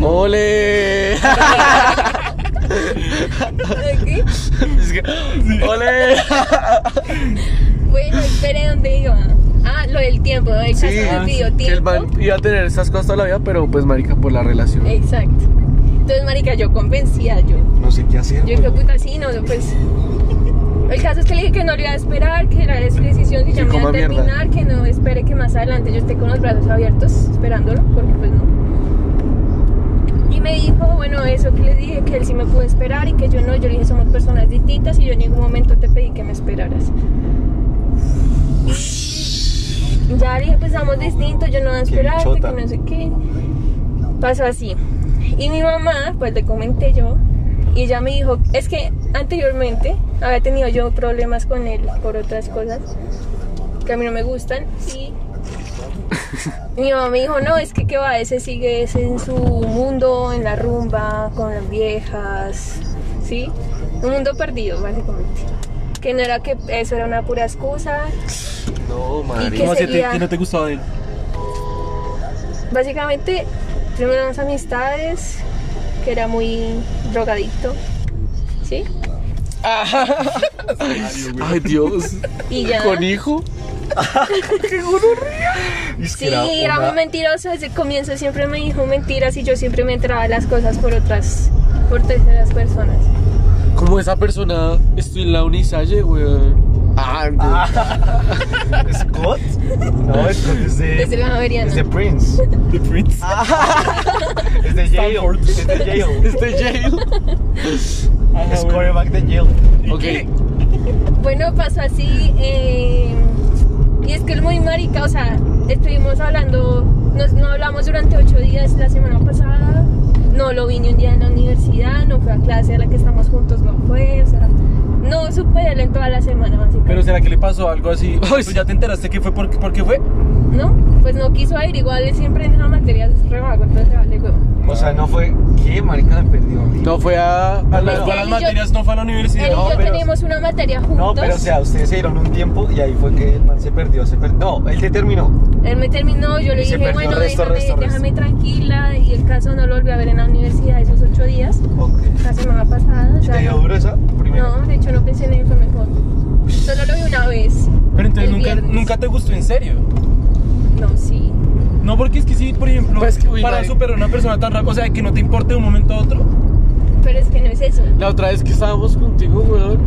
Speaker 2: ¡Ole!
Speaker 3: ¿Ok?
Speaker 2: Es que- ¡Ole!
Speaker 3: Bueno, espere, ¿dónde iba? Ah, lo del tiempo, el caso me
Speaker 2: Ah,
Speaker 3: pidió
Speaker 2: que el
Speaker 3: tiempo.
Speaker 2: man iba a tener esas cosas toda la vida, pero pues marica por la relación.
Speaker 3: Exacto. Entonces, marica, yo convencía, yo.
Speaker 1: No sé qué hacer.
Speaker 3: Yo dije, puta, sí, no, no, pues... El caso es que le dije que no le iba a esperar, que era su decisión, que ya
Speaker 2: Sí,
Speaker 3: me iba
Speaker 2: coma
Speaker 3: a
Speaker 2: mierda.
Speaker 3: terminar, que no espere que más adelante yo esté con los brazos abiertos esperándolo, porque pues no. Y me dijo, bueno, eso que le dije, que él sí me pudo esperar y que yo no. Yo le dije, somos personas distintas y yo en ningún momento te pedí que me esperaras. Ya le dije, pues somos distintos, yo no voy a
Speaker 1: Qué
Speaker 3: esperarte, que
Speaker 1: bichota.
Speaker 3: no sé qué. Pasó así. Y mi mamá, pues le comenté yo, y ella me dijo, es que anteriormente había tenido yo problemas con él por otras cosas que a mí no me gustan. Y mi mamá me dijo, no, es que qué va, ese sigue es en su mundo, en la rumba, con las viejas, ¿sí? Un mundo perdido, básicamente. Que no era que eso era una pura excusa,
Speaker 2: No,
Speaker 3: ¿Y qué?
Speaker 2: marica.
Speaker 4: ¿Cómo así te-
Speaker 3: sería?
Speaker 4: que no te gustaba de él?
Speaker 3: Básicamente, primero unas amistades, que era muy drogadicto, ¿sí?
Speaker 2: Ay, Dios.
Speaker 3: Y ya.
Speaker 2: ¿Con hijo?
Speaker 3: Sí, era muy mentiroso. Desde el comienzo siempre me dijo mentiras y yo siempre me entraba en las cosas por otras, por terceras personas.
Speaker 2: Como esa persona estoy en la Unisalle, weón. Ah,
Speaker 1: ¿Scott? No, Scott es de.
Speaker 3: Desde la Javeriana.
Speaker 1: Es de Prince.
Speaker 4: The Prince.
Speaker 1: Es de Yale.
Speaker 4: Stanford.
Speaker 1: Es de Yale.
Speaker 2: este Yale.
Speaker 4: Ah,
Speaker 1: Es
Speaker 4: bueno.
Speaker 1: quarterback de Yale.
Speaker 2: Ok.
Speaker 3: Bueno, pasó así. eh, y es que es muy marica, o sea, estuvimos hablando, nos- no hablamos durante ocho días la semana pasada. No lo vi ni un día en la universidad, no fue a clase a la que estamos juntos, no fue, o sea, no supe de él en toda la semana, básicamente.
Speaker 4: Pero será que le pasó algo así?
Speaker 2: Ay,
Speaker 4: ¿Tú ya te enteraste que fue porque, porque fue?
Speaker 3: ¿No? Pues no quiso averiguar, él siempre en esa materia es rebago, entonces le vale huevo.
Speaker 1: O sea, no fue. ¿Qué? Marica me perdió.
Speaker 2: No fue a. a
Speaker 4: Las,
Speaker 2: la-
Speaker 3: que
Speaker 4: las
Speaker 3: él y yo-
Speaker 4: materias no fue a la
Speaker 3: Él
Speaker 4: universidad.
Speaker 3: y
Speaker 1: no,
Speaker 3: yo
Speaker 1: pero-
Speaker 3: tenemos una materia juntos.
Speaker 1: No, pero o sea, ustedes se dieron un tiempo y ahí fue que el man se perdió. Se per- No, él determinó.
Speaker 3: Él me terminó, yo le
Speaker 1: Y se
Speaker 3: dije,
Speaker 1: perdió
Speaker 3: bueno,
Speaker 1: resto,
Speaker 3: déjame,
Speaker 1: resto, resto.
Speaker 3: déjame tranquila. Y el caso no lo volví a ver en la universidad esos ocho días,
Speaker 1: Ok.
Speaker 3: la semana pasada. o sea,
Speaker 1: ¿Te dio
Speaker 3: no-
Speaker 1: duro esa? Primero.
Speaker 3: No, de hecho no pensé en él, fue mejor. Solo lo vi una vez.
Speaker 4: Pero entonces
Speaker 3: El
Speaker 4: nunca,
Speaker 3: viernes.
Speaker 4: nunca te gustó en serio.
Speaker 3: No, sí.
Speaker 4: No, porque es que sí, por ejemplo,
Speaker 2: Pues que, uy,
Speaker 4: para
Speaker 1: eh.
Speaker 2: madre.
Speaker 4: superar a una persona tan rápido, o sea, que no te importe de un momento a otro.
Speaker 3: Pero es que no es eso.
Speaker 2: La otra vez que estábamos contigo, weón,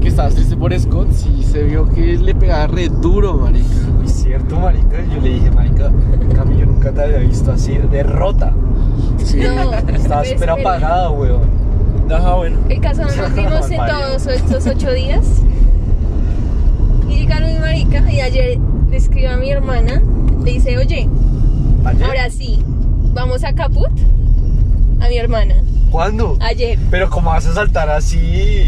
Speaker 2: que estabas triste por Scott, sí se vio que le pegaba re duro, marica.
Speaker 1: Es cierto, marica. Yo le dije, marica, Cami, yo nunca te había visto así, derrota.
Speaker 2: Sí.
Speaker 3: No.
Speaker 1: Estabas
Speaker 3: ves,
Speaker 1: pero apagada, weón.
Speaker 4: Ajá, bueno.
Speaker 3: El caso no nos vimos en
Speaker 1: Mario.
Speaker 3: todos estos ocho días. Y llegaron mi marica y ayer le escribo a mi hermana. Le dice, oye,
Speaker 1: ¿Ayer?
Speaker 3: ahora sí, vamos a Caput. A mi hermana.
Speaker 1: ¿Cuándo?
Speaker 3: Ayer.
Speaker 1: Pero ¿cómo vas a saltar así?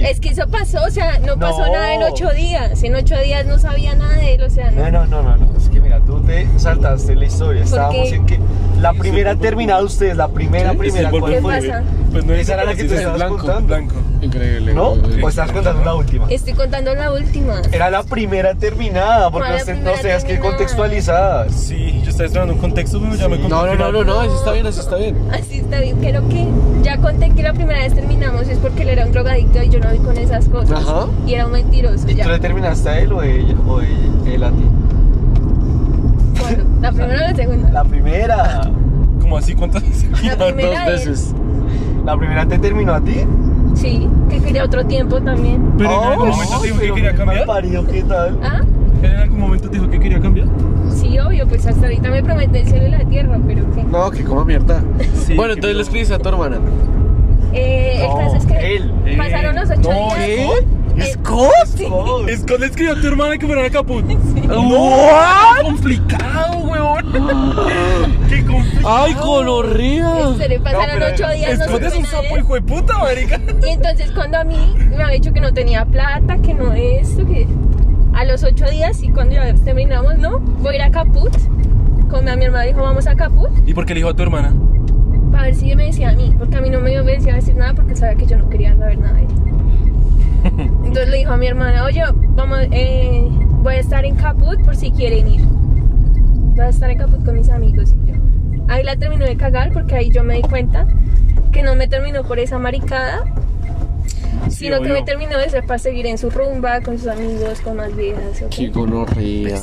Speaker 3: Ah. Es que eso pasó, o sea, no pasó
Speaker 1: No.
Speaker 3: nada en ocho días. En ocho días no sabía nada de él, o sea,
Speaker 1: No,
Speaker 3: no.
Speaker 1: no, no, no, no. Es que mira, tú te saltaste la historia. Estábamos
Speaker 3: qué?
Speaker 1: en que la
Speaker 4: Sí,
Speaker 1: primera
Speaker 4: sí,
Speaker 1: terminada ustedes, la primera,
Speaker 4: Sí,
Speaker 1: primera.
Speaker 4: sí,
Speaker 1: ¿Cuál
Speaker 3: ¿Qué
Speaker 4: volvemos,
Speaker 1: fue?
Speaker 3: pasa?
Speaker 4: güey. Pues no es
Speaker 1: Esa era la que te
Speaker 2: es
Speaker 1: estabas
Speaker 2: blanco,
Speaker 1: contando.
Speaker 4: blanco.
Speaker 2: Increíble.
Speaker 1: ¿No?
Speaker 2: weón.
Speaker 1: ¿O estabas contando la última?
Speaker 3: Estoy contando la última.
Speaker 1: Era la primera terminada, porque
Speaker 3: ¿Cuál la
Speaker 1: ustedes no
Speaker 3: primera
Speaker 1: seas que
Speaker 3: terminada?
Speaker 1: contextualizadas.
Speaker 4: Sí, yo estaba esperando un contexto, pero ya me conté
Speaker 2: No, no,
Speaker 4: que
Speaker 2: no, no, no, así está bien, así está bien.
Speaker 3: Así está bien, creo que ya conté que la primera vez terminamos es porque él era un drogadicto y yo no vi con esas cosas.
Speaker 2: Ajá.
Speaker 3: Y era un mentiroso.
Speaker 1: ¿Y tú
Speaker 3: Ya.
Speaker 1: le terminaste a él o ella? O ella- él a ti.
Speaker 3: ¿Cuándo? ¿La primera o la segunda?
Speaker 1: La primera.
Speaker 4: Como así, ¿cuántas veces?
Speaker 3: La primera
Speaker 2: Dos
Speaker 3: él.
Speaker 2: veces.
Speaker 1: ¿La primera te terminó a ti?
Speaker 3: Sí, que quería otro tiempo también.
Speaker 4: Pero en algún
Speaker 1: Oh,
Speaker 4: momento te dijo que
Speaker 1: pero
Speaker 4: quería
Speaker 1: qué
Speaker 4: cambiar.
Speaker 1: malparido, ¿qué tal?
Speaker 3: ¿Ah?
Speaker 4: Él en algún momento te dijo que quería cambiar.
Speaker 3: Sí, obvio, pues hasta ahorita me promete el cielo y la tierra, pero ¿qué?
Speaker 2: No, que coma mierda.
Speaker 4: Sí,
Speaker 2: bueno,
Speaker 4: que
Speaker 2: entonces
Speaker 4: no.
Speaker 2: le escribes a tu hermana.
Speaker 3: Eh,
Speaker 1: No,
Speaker 3: el caso es que
Speaker 1: él,
Speaker 3: pasaron los ocho
Speaker 4: No,
Speaker 3: días.
Speaker 4: ¿eh?
Speaker 3: Eh,
Speaker 2: ¿Scott?
Speaker 1: Oh,
Speaker 4: Scott le escribió a tu hermana que fueran a Caput.
Speaker 2: ¿What?
Speaker 4: ¡Complicado, weón! ¡Qué complicado!
Speaker 2: ¡Ay,
Speaker 3: en
Speaker 2: gonorrea!
Speaker 3: serio, pasaron
Speaker 1: pero
Speaker 3: ocho días. no
Speaker 4: Scott es
Speaker 3: supe
Speaker 4: un
Speaker 3: nada de
Speaker 4: sapo
Speaker 3: él.
Speaker 4: hijo de puta, marica.
Speaker 3: Y entonces cuando a mí me había dicho que no tenía plata, que no esto, que a los ocho días y cuando ya terminamos, no, voy a ir a Caput. Con mi hermana dijo, vamos a Caput,
Speaker 4: ¿Y por qué le dijo a tu hermana?
Speaker 3: para ver si me decía a mí, porque a mí no me decía decir nada porque sabía que yo no quería saber nada de él. Entonces le dijo a mi hermana, oye, vamos, eh, voy a estar en Caput por si quieren ir. Voy a estar en Caput con mis amigos y yo. Ahí la terminó de cagar porque ahí yo me di cuenta que no me terminó por esa maricada,
Speaker 4: Sí,
Speaker 3: sino que
Speaker 4: obvio.
Speaker 3: me terminó de ser para seguir en su rumba con sus amigos, con más viejas. ¿ok?
Speaker 2: ¡Qué gonorrea!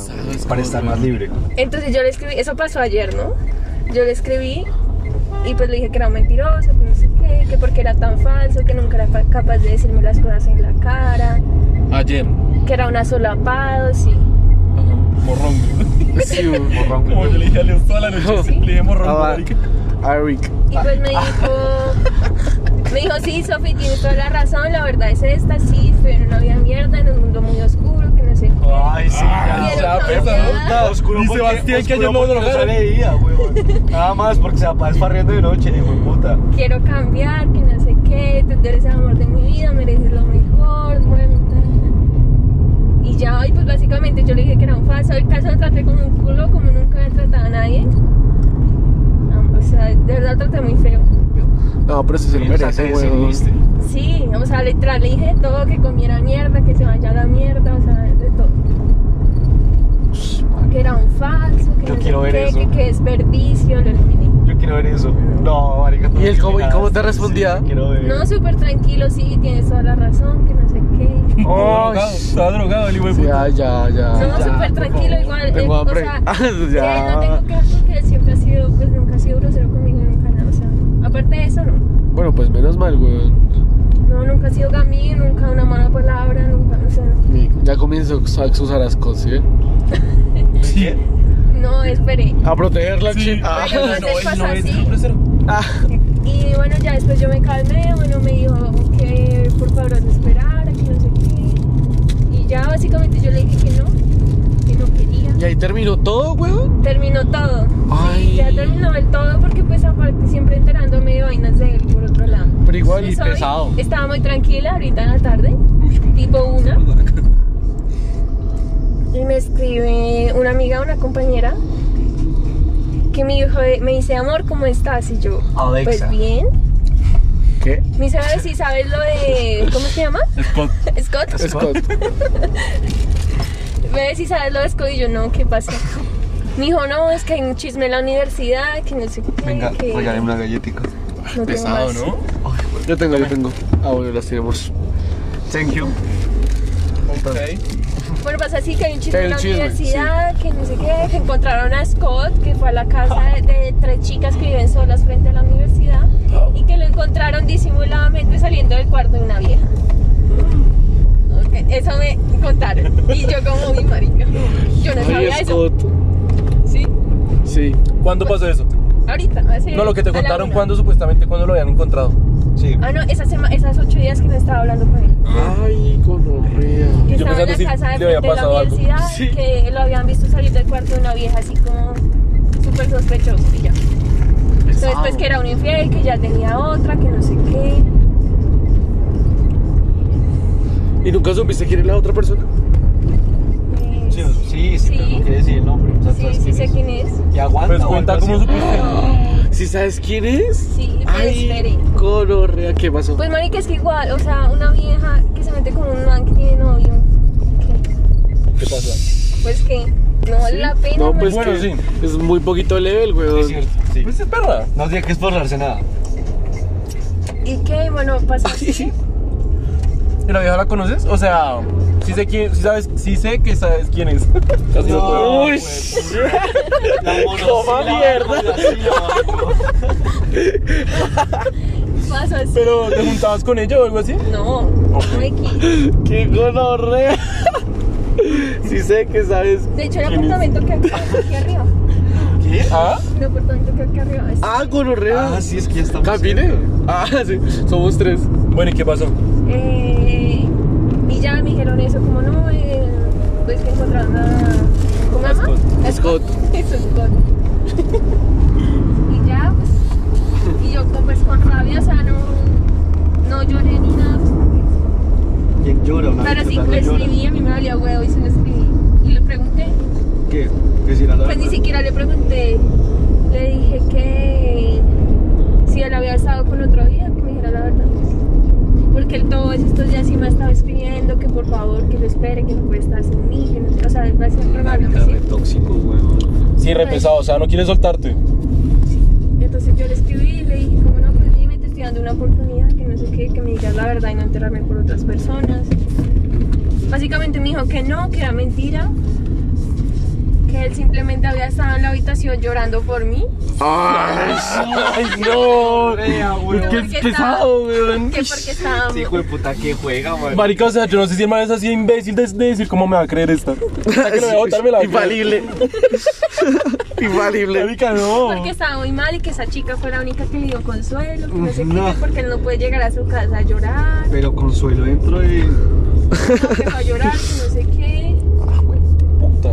Speaker 1: Para estar más libre.
Speaker 3: Entonces yo le escribí, eso pasó ayer, ¿no? Yo le escribí y pues le dije que era un mentiroso, que no sé qué, que porque era tan falso, que nunca era fa- capaz de decirme las cosas en la cara,
Speaker 4: Ayer.
Speaker 3: que era un asolapado, sí.
Speaker 4: Ajá. Morrón.
Speaker 2: Sí, weón.
Speaker 1: Morrón,
Speaker 4: Como yo le dije a Leo toda la noche,
Speaker 2: Sí.
Speaker 4: le dije morrón,
Speaker 2: Ah, va.
Speaker 4: marica.
Speaker 2: Eric.
Speaker 3: Y pues me dijo, Me dijo, sí, Sofi, tienes toda la razón, la verdad es esta, sí, estoy en una vida de mierda, en un mundo muy oscuro, que no sé qué.
Speaker 1: Ay, sí,
Speaker 3: Ay,
Speaker 1: ya.
Speaker 3: ya.
Speaker 1: Oscuro
Speaker 4: Y
Speaker 1: porque-
Speaker 4: Sebastián, que
Speaker 1: oscuro
Speaker 4: ayer lo
Speaker 1: porque
Speaker 4: drogaron.
Speaker 1: sale de día, huevón. Nada más porque se va esparriendo de noche, hijo de puta.
Speaker 3: Quiero cambiar, que no sé qué, tú eres el amor de mi vida, mereces lo mejor, bueno, tal. Y ya, y pues básicamente yo le dije que era un falso, el caso lo traté como un culo, como nunca había tratado a nadie. Ah, O sea, de verdad lo traté muy feo.
Speaker 2: No, pero si se lo
Speaker 1: Sí, o sea,
Speaker 2: merece,
Speaker 1: te
Speaker 2: weón.
Speaker 1: decidiste.
Speaker 3: Sí, o sea, literal le dije todo, que comiera mierda, que se vaya a la mierda, o sea, de todo. Que era un falso, que
Speaker 1: Yo
Speaker 3: no sé
Speaker 1: quiero ver
Speaker 3: qué,
Speaker 1: eso.
Speaker 3: que, que desperdicio, lo eliminé.
Speaker 1: Yo quiero ver eso. No, marica. no
Speaker 2: ¿Y él
Speaker 1: tiene
Speaker 2: cómo- y
Speaker 1: nada.
Speaker 2: cómo te
Speaker 1: Sí,
Speaker 2: respondía?
Speaker 1: sí, quiero ver.
Speaker 3: No, súper tranquilo, sí, tienes toda la razón, que no sé qué.
Speaker 2: Oh,
Speaker 4: drogado,
Speaker 2: sh-
Speaker 4: estaba drogado el hijo de
Speaker 2: Sí,
Speaker 4: puta.
Speaker 2: ya, ya, ya.
Speaker 3: No,
Speaker 2: ya.
Speaker 3: súper tranquilo, igual. eh,
Speaker 2: Tengo
Speaker 3: o
Speaker 2: hambre.
Speaker 3: sea,
Speaker 2: Ah,
Speaker 3: sí,
Speaker 2: ya.
Speaker 3: no tengo que ver porque él siempre ha sido, pues nunca ha sido grosero conmigo, nunca nada. O sea, aparte de eso, no.
Speaker 2: Bueno, pues menos mal, weón.
Speaker 3: No, nunca ha sido gamín, nunca una mala palabra, nunca, o sea, no.
Speaker 2: Mi- Ya comienzo a excusar las cosas, ¿sí?
Speaker 4: ah.
Speaker 1: ¿Qué?
Speaker 3: No, esperé.
Speaker 2: A protegerla,
Speaker 4: Sí.
Speaker 2: chi- Ah,
Speaker 3: Pero no se
Speaker 4: él
Speaker 3: pasa
Speaker 4: es
Speaker 3: así.
Speaker 4: un grosero.
Speaker 2: ah.
Speaker 3: Y bueno, ya después yo me calmé, bueno, me dijo que por favor se esperara, que no sé qué. Y ya básicamente yo le dije que no, que no quería.
Speaker 2: Ah, Y ahí terminó todo, weón.
Speaker 3: Terminó todo.
Speaker 2: Ay.
Speaker 3: Sí, ya terminó el todo porque pues aparte siempre enterándome de vainas de él por otro lado.
Speaker 2: Pero igual,
Speaker 3: Entonces,
Speaker 2: y
Speaker 3: hoy
Speaker 2: pesado.
Speaker 3: Estaba muy tranquila ahorita en la tarde, tipo una. Y me escribe una amiga, una compañera, que me dijo, me dice, amor, ¿cómo estás? Y yo,
Speaker 1: Alexa.
Speaker 3: pues bien.
Speaker 2: ¿Qué?
Speaker 3: Me dice, "Ay, sí, ¿sabes lo de... ¿Cómo se llama?
Speaker 4: Spot.
Speaker 3: Scott.
Speaker 2: Scott.
Speaker 3: Me dice, ¿sabes lo de Scott? Y yo, no, ¿qué pasa? Me dijo, no, es que hay un chisme en la universidad, que no sé qué.
Speaker 1: Venga,
Speaker 3: que
Speaker 1: regáleme una galletica.
Speaker 3: no tengo
Speaker 4: Pesado,
Speaker 3: más".
Speaker 4: ¿no?
Speaker 2: Yo tengo, yo tengo. Ah, bueno, las tenemos.
Speaker 1: Thank you.
Speaker 4: Ok.
Speaker 3: Bueno, pasa así que hay un chisme
Speaker 2: Hay
Speaker 3: en
Speaker 2: un
Speaker 3: la
Speaker 2: chisme,
Speaker 3: universidad, que no sé qué, que encontraron a Scott, que fue a la casa de, de tres chicas que viven solas frente a la universidad, y que lo encontraron disimuladamente saliendo del cuarto de una vieja. Ok, Eso me contaron. Y yo como mi marica. Yo no
Speaker 2: Oye,
Speaker 3: sabía eso.
Speaker 2: Scott.
Speaker 3: Sí,
Speaker 2: Sí.
Speaker 4: ¿Cuándo pasó eso?
Speaker 3: ahorita. hace-
Speaker 4: No, lo que te
Speaker 3: a la
Speaker 4: contaron,
Speaker 3: una.
Speaker 4: ¿cuándo supuestamente cuándo lo habían encontrado?
Speaker 1: Sí.
Speaker 3: Ah, no, esas, sema- esas ocho días que me estaba hablando con él.
Speaker 2: Ay, gonorrea.
Speaker 3: Que
Speaker 4: Yo
Speaker 3: estaba en
Speaker 4: pensando
Speaker 3: la
Speaker 4: si
Speaker 3: casa de frente
Speaker 4: le había
Speaker 3: de la
Speaker 4: pasado algo.
Speaker 3: universidad,
Speaker 2: Sí.
Speaker 3: que lo habían visto salir del cuarto de una vieja así como súper sospechoso y ya. Entonces, pues que era un infiel, que ya tenía otra, que no sé qué.
Speaker 2: ¿Y nunca supiste quién es la otra persona?
Speaker 3: Eh,
Speaker 1: Sí, no, sí, sí,
Speaker 3: Sí.
Speaker 1: pero no quiere decir el nombre. O sea,
Speaker 3: sí,
Speaker 1: ¿sabes
Speaker 3: sí
Speaker 1: quién
Speaker 3: sé
Speaker 1: es?
Speaker 3: quién es.
Speaker 1: Y aguanta.
Speaker 4: Pues
Speaker 1: o
Speaker 4: cuenta
Speaker 1: algo
Speaker 4: cómo
Speaker 1: así.
Speaker 4: supiste.
Speaker 2: ¿Sí sabes quién es?
Speaker 3: Sí, pero
Speaker 2: Ay,
Speaker 3: esperé.
Speaker 2: gonorrea, ¿qué pasó?
Speaker 3: Ah, Pues, marica, es que igual, o sea, una vieja que se mete con un man que tiene novio, que,
Speaker 4: ¿Qué pasó?
Speaker 3: pues que no vale la pena.
Speaker 2: No, pues
Speaker 4: Bueno,
Speaker 2: que
Speaker 4: sí.
Speaker 2: es muy poquito level,
Speaker 1: Sí,
Speaker 2: weón.
Speaker 1: es cierto, sí.
Speaker 4: Pues es perra.
Speaker 1: No tiene que esforzarse nada.
Speaker 3: marica. Y que, bueno, pasó así.
Speaker 4: ¿Y la vieja la conoces? O sea, sí sé quién, sí sabes, sí sé que sabes quién es. Casi no puedo.
Speaker 2: Uy,
Speaker 1: La
Speaker 2: Coma mierda.
Speaker 3: Pasó así.
Speaker 4: Pero te juntabas con ella o algo así.
Speaker 3: No, no X.
Speaker 2: qué gonorrea. sí sé que sabes.
Speaker 3: De hecho, el apartamento que hay aquí arriba.
Speaker 1: ¿Qué?
Speaker 4: Ah,
Speaker 3: El apartamento que hay aquí arriba. es-
Speaker 2: Ah, gonorrea.
Speaker 1: Ah, sí, es que ya estamos.
Speaker 2: Camine. Ah, sí. Somos tres.
Speaker 4: bueno, ¿y qué pasó?
Speaker 3: Eh, y ya me dijeron eso, como no, eh, pues que encontraron a. ¿Cómo se llama? A
Speaker 2: Scott.
Speaker 3: Eso, Scott. y ya, pues. Y yo, con- pues con rabia, o sea, no, no lloré ni nada.
Speaker 1: ¿Quién llora? Una
Speaker 3: Pero sí
Speaker 1: bicicleta
Speaker 3: le
Speaker 1: llora.
Speaker 3: escribí, a mí me valía huevo y se lo escribí. Y le pregunté.
Speaker 1: ¿Qué? ¿Qué si era la
Speaker 3: Pues ni
Speaker 1: verdad?
Speaker 3: siquiera le pregunté. Le dije que si él había estado con otro día, que me dijera la verdad. Porque él todos estos días sí me ha estado escribiendo que por favor que lo espere, que no puede estar sin mí, que no sé, o sea, él va a ser
Speaker 1: Marica,
Speaker 3: probablemente
Speaker 1: re tóxico, weón.
Speaker 4: Sí, repesado, o sea, no quieres soltarte.
Speaker 3: Entonces yo le escribí y le dije, como no, pues dime, te estoy dando una oportunidad, que no sé qué, que me digas la verdad y no enterrarme por otras personas. Básicamente me dijo que no, que era mentira, que él simplemente había estado en la habitación llorando por mí.
Speaker 2: Ay,
Speaker 4: Ay, no.
Speaker 3: Que
Speaker 4: Qué
Speaker 3: porque
Speaker 4: pesado, weón.
Speaker 3: Que porque estaba
Speaker 1: Sí, hijo de puta, que juega, weón.
Speaker 4: Marica, o sea, yo no sé si el man es así de imbécil de, de decir cómo me va a creer esta. O sea, que lo voy a botar, me la va a
Speaker 2: Infalible.
Speaker 4: creer.
Speaker 2: Infalible.
Speaker 4: Marica, no.
Speaker 3: Porque estaba muy mal y que esa chica fue la única que le dio consuelo, que no sé
Speaker 1: No.
Speaker 3: qué, porque él no puede llegar a su casa a llorar,
Speaker 1: Pero consuelo dentro de.
Speaker 3: no, que va a llorar, que no sé qué,
Speaker 4: Puta,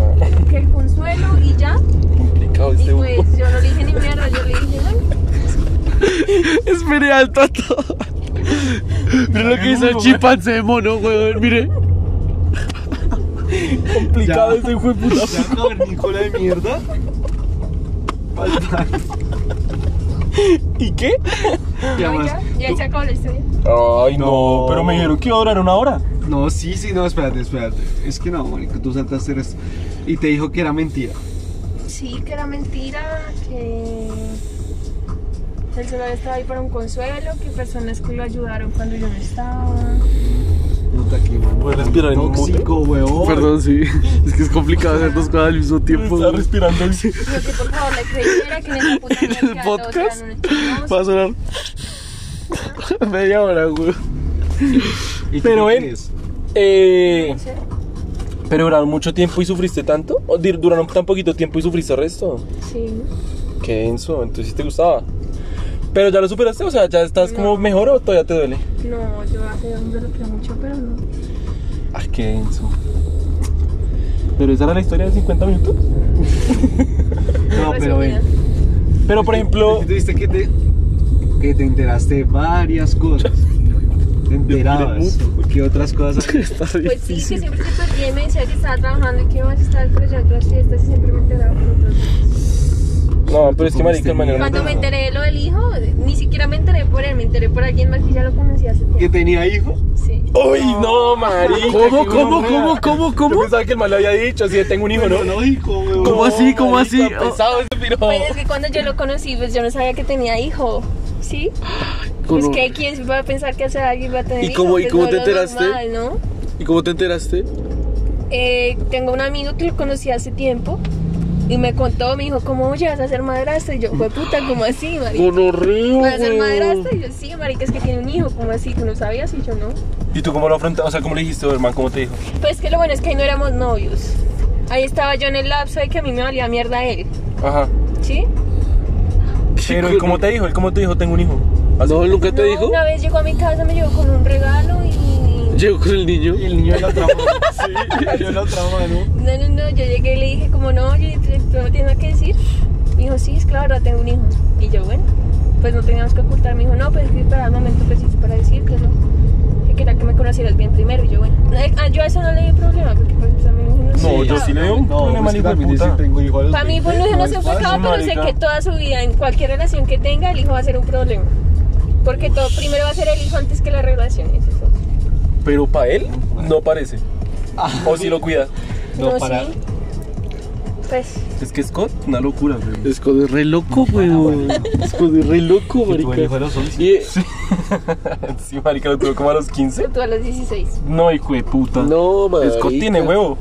Speaker 3: que el consuelo y ya.
Speaker 4: complicado
Speaker 3: Y
Speaker 4: este huevo.
Speaker 3: pues yo no le dije ni mierda, yo le dije, bueno,
Speaker 2: Esperé al tato. Miren lo que hizo el chimpancé de mono, weón. Mire.
Speaker 4: Complicado este hijo de puta.
Speaker 1: Ya cavernícola de mierda.
Speaker 4: ¿Y qué?
Speaker 1: Y
Speaker 3: no,
Speaker 1: además,
Speaker 3: ya, ya se acabó la historia.
Speaker 4: Ay,
Speaker 1: No.
Speaker 4: no. Pero me dijeron que iba a durar una hora.
Speaker 1: No, sí, sí, no, espérate, espérate. Es que no, marica, tú saltaste eres- y te dijo que era mentira.
Speaker 3: Sí, que era mentira, que el celular estaba ahí para un consuelo, que personas que lo ayudaron cuando yo no estaba.
Speaker 1: Puta que mamón.
Speaker 4: ¿Puedes respirar en un
Speaker 1: Tóxico, weón.
Speaker 2: Perdón, sí. Es que es complicado hacer dos cosas al mismo tiempo.
Speaker 4: Está
Speaker 2: weón.
Speaker 4: respirando.
Speaker 3: Yo que por favor le creyera que en esa puta
Speaker 2: En el
Speaker 3: mierda
Speaker 2: podcast
Speaker 3: eran unos chismosos.
Speaker 2: va a sonar media hora, weón.
Speaker 1: ¿Y tú
Speaker 4: Pero
Speaker 1: qué
Speaker 4: él-
Speaker 1: crees?
Speaker 4: Eh,
Speaker 3: Sí.
Speaker 4: pero duraron mucho tiempo y sufriste tanto. ¿O dir- duraron tan poquito tiempo y sufriste el resto?
Speaker 3: Sí.
Speaker 4: Qué denso. Entonces sí te gustaba. Pero ya lo superaste, o sea, ya estás como mejor o todavía te duele.
Speaker 3: No, yo hace un bloqueo mucho, pero no.
Speaker 4: Ay, qué denso. Pero esa era la historia de 50 minutos.
Speaker 1: No, pero ven.
Speaker 3: Resumida.
Speaker 4: Pero por ejemplo,
Speaker 1: Es que tú dijiste que te, que te enteraste de varias cosas. Te enterabas. ¿Qué otras cosas?
Speaker 2: Está
Speaker 3: Pues sí, que
Speaker 2: difícil.
Speaker 3: siempre te perdía y me decía que estaba trabajando y que iba a estar por allá en otras fiestas y siempre me enteraba por otras cosas.
Speaker 4: no, pero es que marica el mañana.
Speaker 3: Cuando me enteré de lo del hijo, ni siquiera me enteré por él, me enteré por alguien más que ya lo conocía hace
Speaker 1: ¿Que
Speaker 3: tiempo.
Speaker 1: tenía hijo?
Speaker 3: Sí.
Speaker 4: ¡Uy, no, marica!
Speaker 2: ¿Cómo,
Speaker 4: qué
Speaker 2: cómo,
Speaker 4: gonorrea.
Speaker 2: cómo, cómo,
Speaker 4: Yo
Speaker 2: cómo?
Speaker 4: pensaba que el mal le había dicho, así de tengo un hijo, ¿no?
Speaker 1: lógico, weón.
Speaker 2: ¿Cómo así? ¿Cómo
Speaker 4: marica,
Speaker 2: así? Oh.
Speaker 4: Pesado ese piro.
Speaker 3: Pues es que cuando yo lo conocí, pues yo no sabía que tenía hijo. ¿Sí? Pues
Speaker 2: ¿Cómo?
Speaker 3: que quién va a pensar que hace alguien va a tener
Speaker 2: ¿Y
Speaker 3: hijo,
Speaker 2: cómo- y
Speaker 3: que es
Speaker 2: cómo
Speaker 3: lo
Speaker 2: te enteraste?
Speaker 3: normal, ¿no?
Speaker 2: ¿Y cómo te enteraste?
Speaker 3: Eh, tengo un amigo que lo conocí hace tiempo y me contó, me dijo, ¿cómo oye, vas a ser madrastra? Y yo, fue puta, ¿cómo así, marica?
Speaker 2: Gonorreo,
Speaker 3: ¿Vas a ser
Speaker 2: weón.
Speaker 3: madrastra? Pues Y yo, sí, marica, es que tiene un hijo, ¿cómo así? ¿Tú no sabías? Y yo, no.
Speaker 4: ¿Y tú cómo lo afrontaste? O sea, ¿cómo le dijiste, hermano? ¿Cómo te dijo?
Speaker 3: Pues que lo bueno es que ahí no éramos novios. Ahí estaba yo en el lapso de que a mí me valía mierda él,
Speaker 4: Ajá.
Speaker 3: ¿sí?
Speaker 4: Pero, ¿y cómo te dijo? ¿Él cómo te dijo? Tengo un hijo. Así.
Speaker 2: No, nunca te
Speaker 3: No,
Speaker 2: dijo.
Speaker 3: Una vez llegó a mi casa, me llegó con un regalo y...
Speaker 2: Llegó con el niño.
Speaker 1: Y el niño de la otra mano. Sí, yo la otra mano.
Speaker 3: No, no, no, yo llegué y le dije como no, oye, ¿tú tú no tienes nada que decir? Me dijo, sí, es que la verdad tengo un hijo. Y yo, bueno, pues no teníamos que ocultar. Me dijo, no, pues es que para el momento preciso para decírtelo. Que quería que me conocieras bien primero. Y yo, bueno, Eh, ah, yo a eso no le di problema porque pues a mí no se
Speaker 4: No, yo
Speaker 3: fijaba.
Speaker 4: sí le- un
Speaker 1: No,
Speaker 4: problema,
Speaker 1: es que
Speaker 4: hijo de
Speaker 1: también
Speaker 4: puta.
Speaker 1: dice, tengo hijo a los
Speaker 3: Para mí, pues
Speaker 1: 20,
Speaker 3: no, no
Speaker 1: es
Speaker 3: se fue
Speaker 1: fácil.
Speaker 3: cada pero sé
Speaker 4: marica.
Speaker 3: que toda su vida, en cualquier relación que tenga, el hijo va a ser un problema. Porque todo primero va a ser el hijo antes que la relación. Eso es todo.
Speaker 4: Pero para él, no parece.
Speaker 1: Ah,
Speaker 4: O si lo cuida.
Speaker 1: No, para-
Speaker 3: sí. Pues,
Speaker 4: Es que Scott, una locura, güey.
Speaker 2: Esconde re loco,
Speaker 1: Ah,
Speaker 2: weón. Esconde re loco,
Speaker 1: que tuve el hijo a
Speaker 2: marica.
Speaker 1: los 11.
Speaker 2: Y-
Speaker 4: Sí, marica, lo tuvo como a los 15.
Speaker 3: tú a los 16.
Speaker 4: No, hijo de puta.
Speaker 2: No, marica.
Speaker 4: Scott tiene huevo.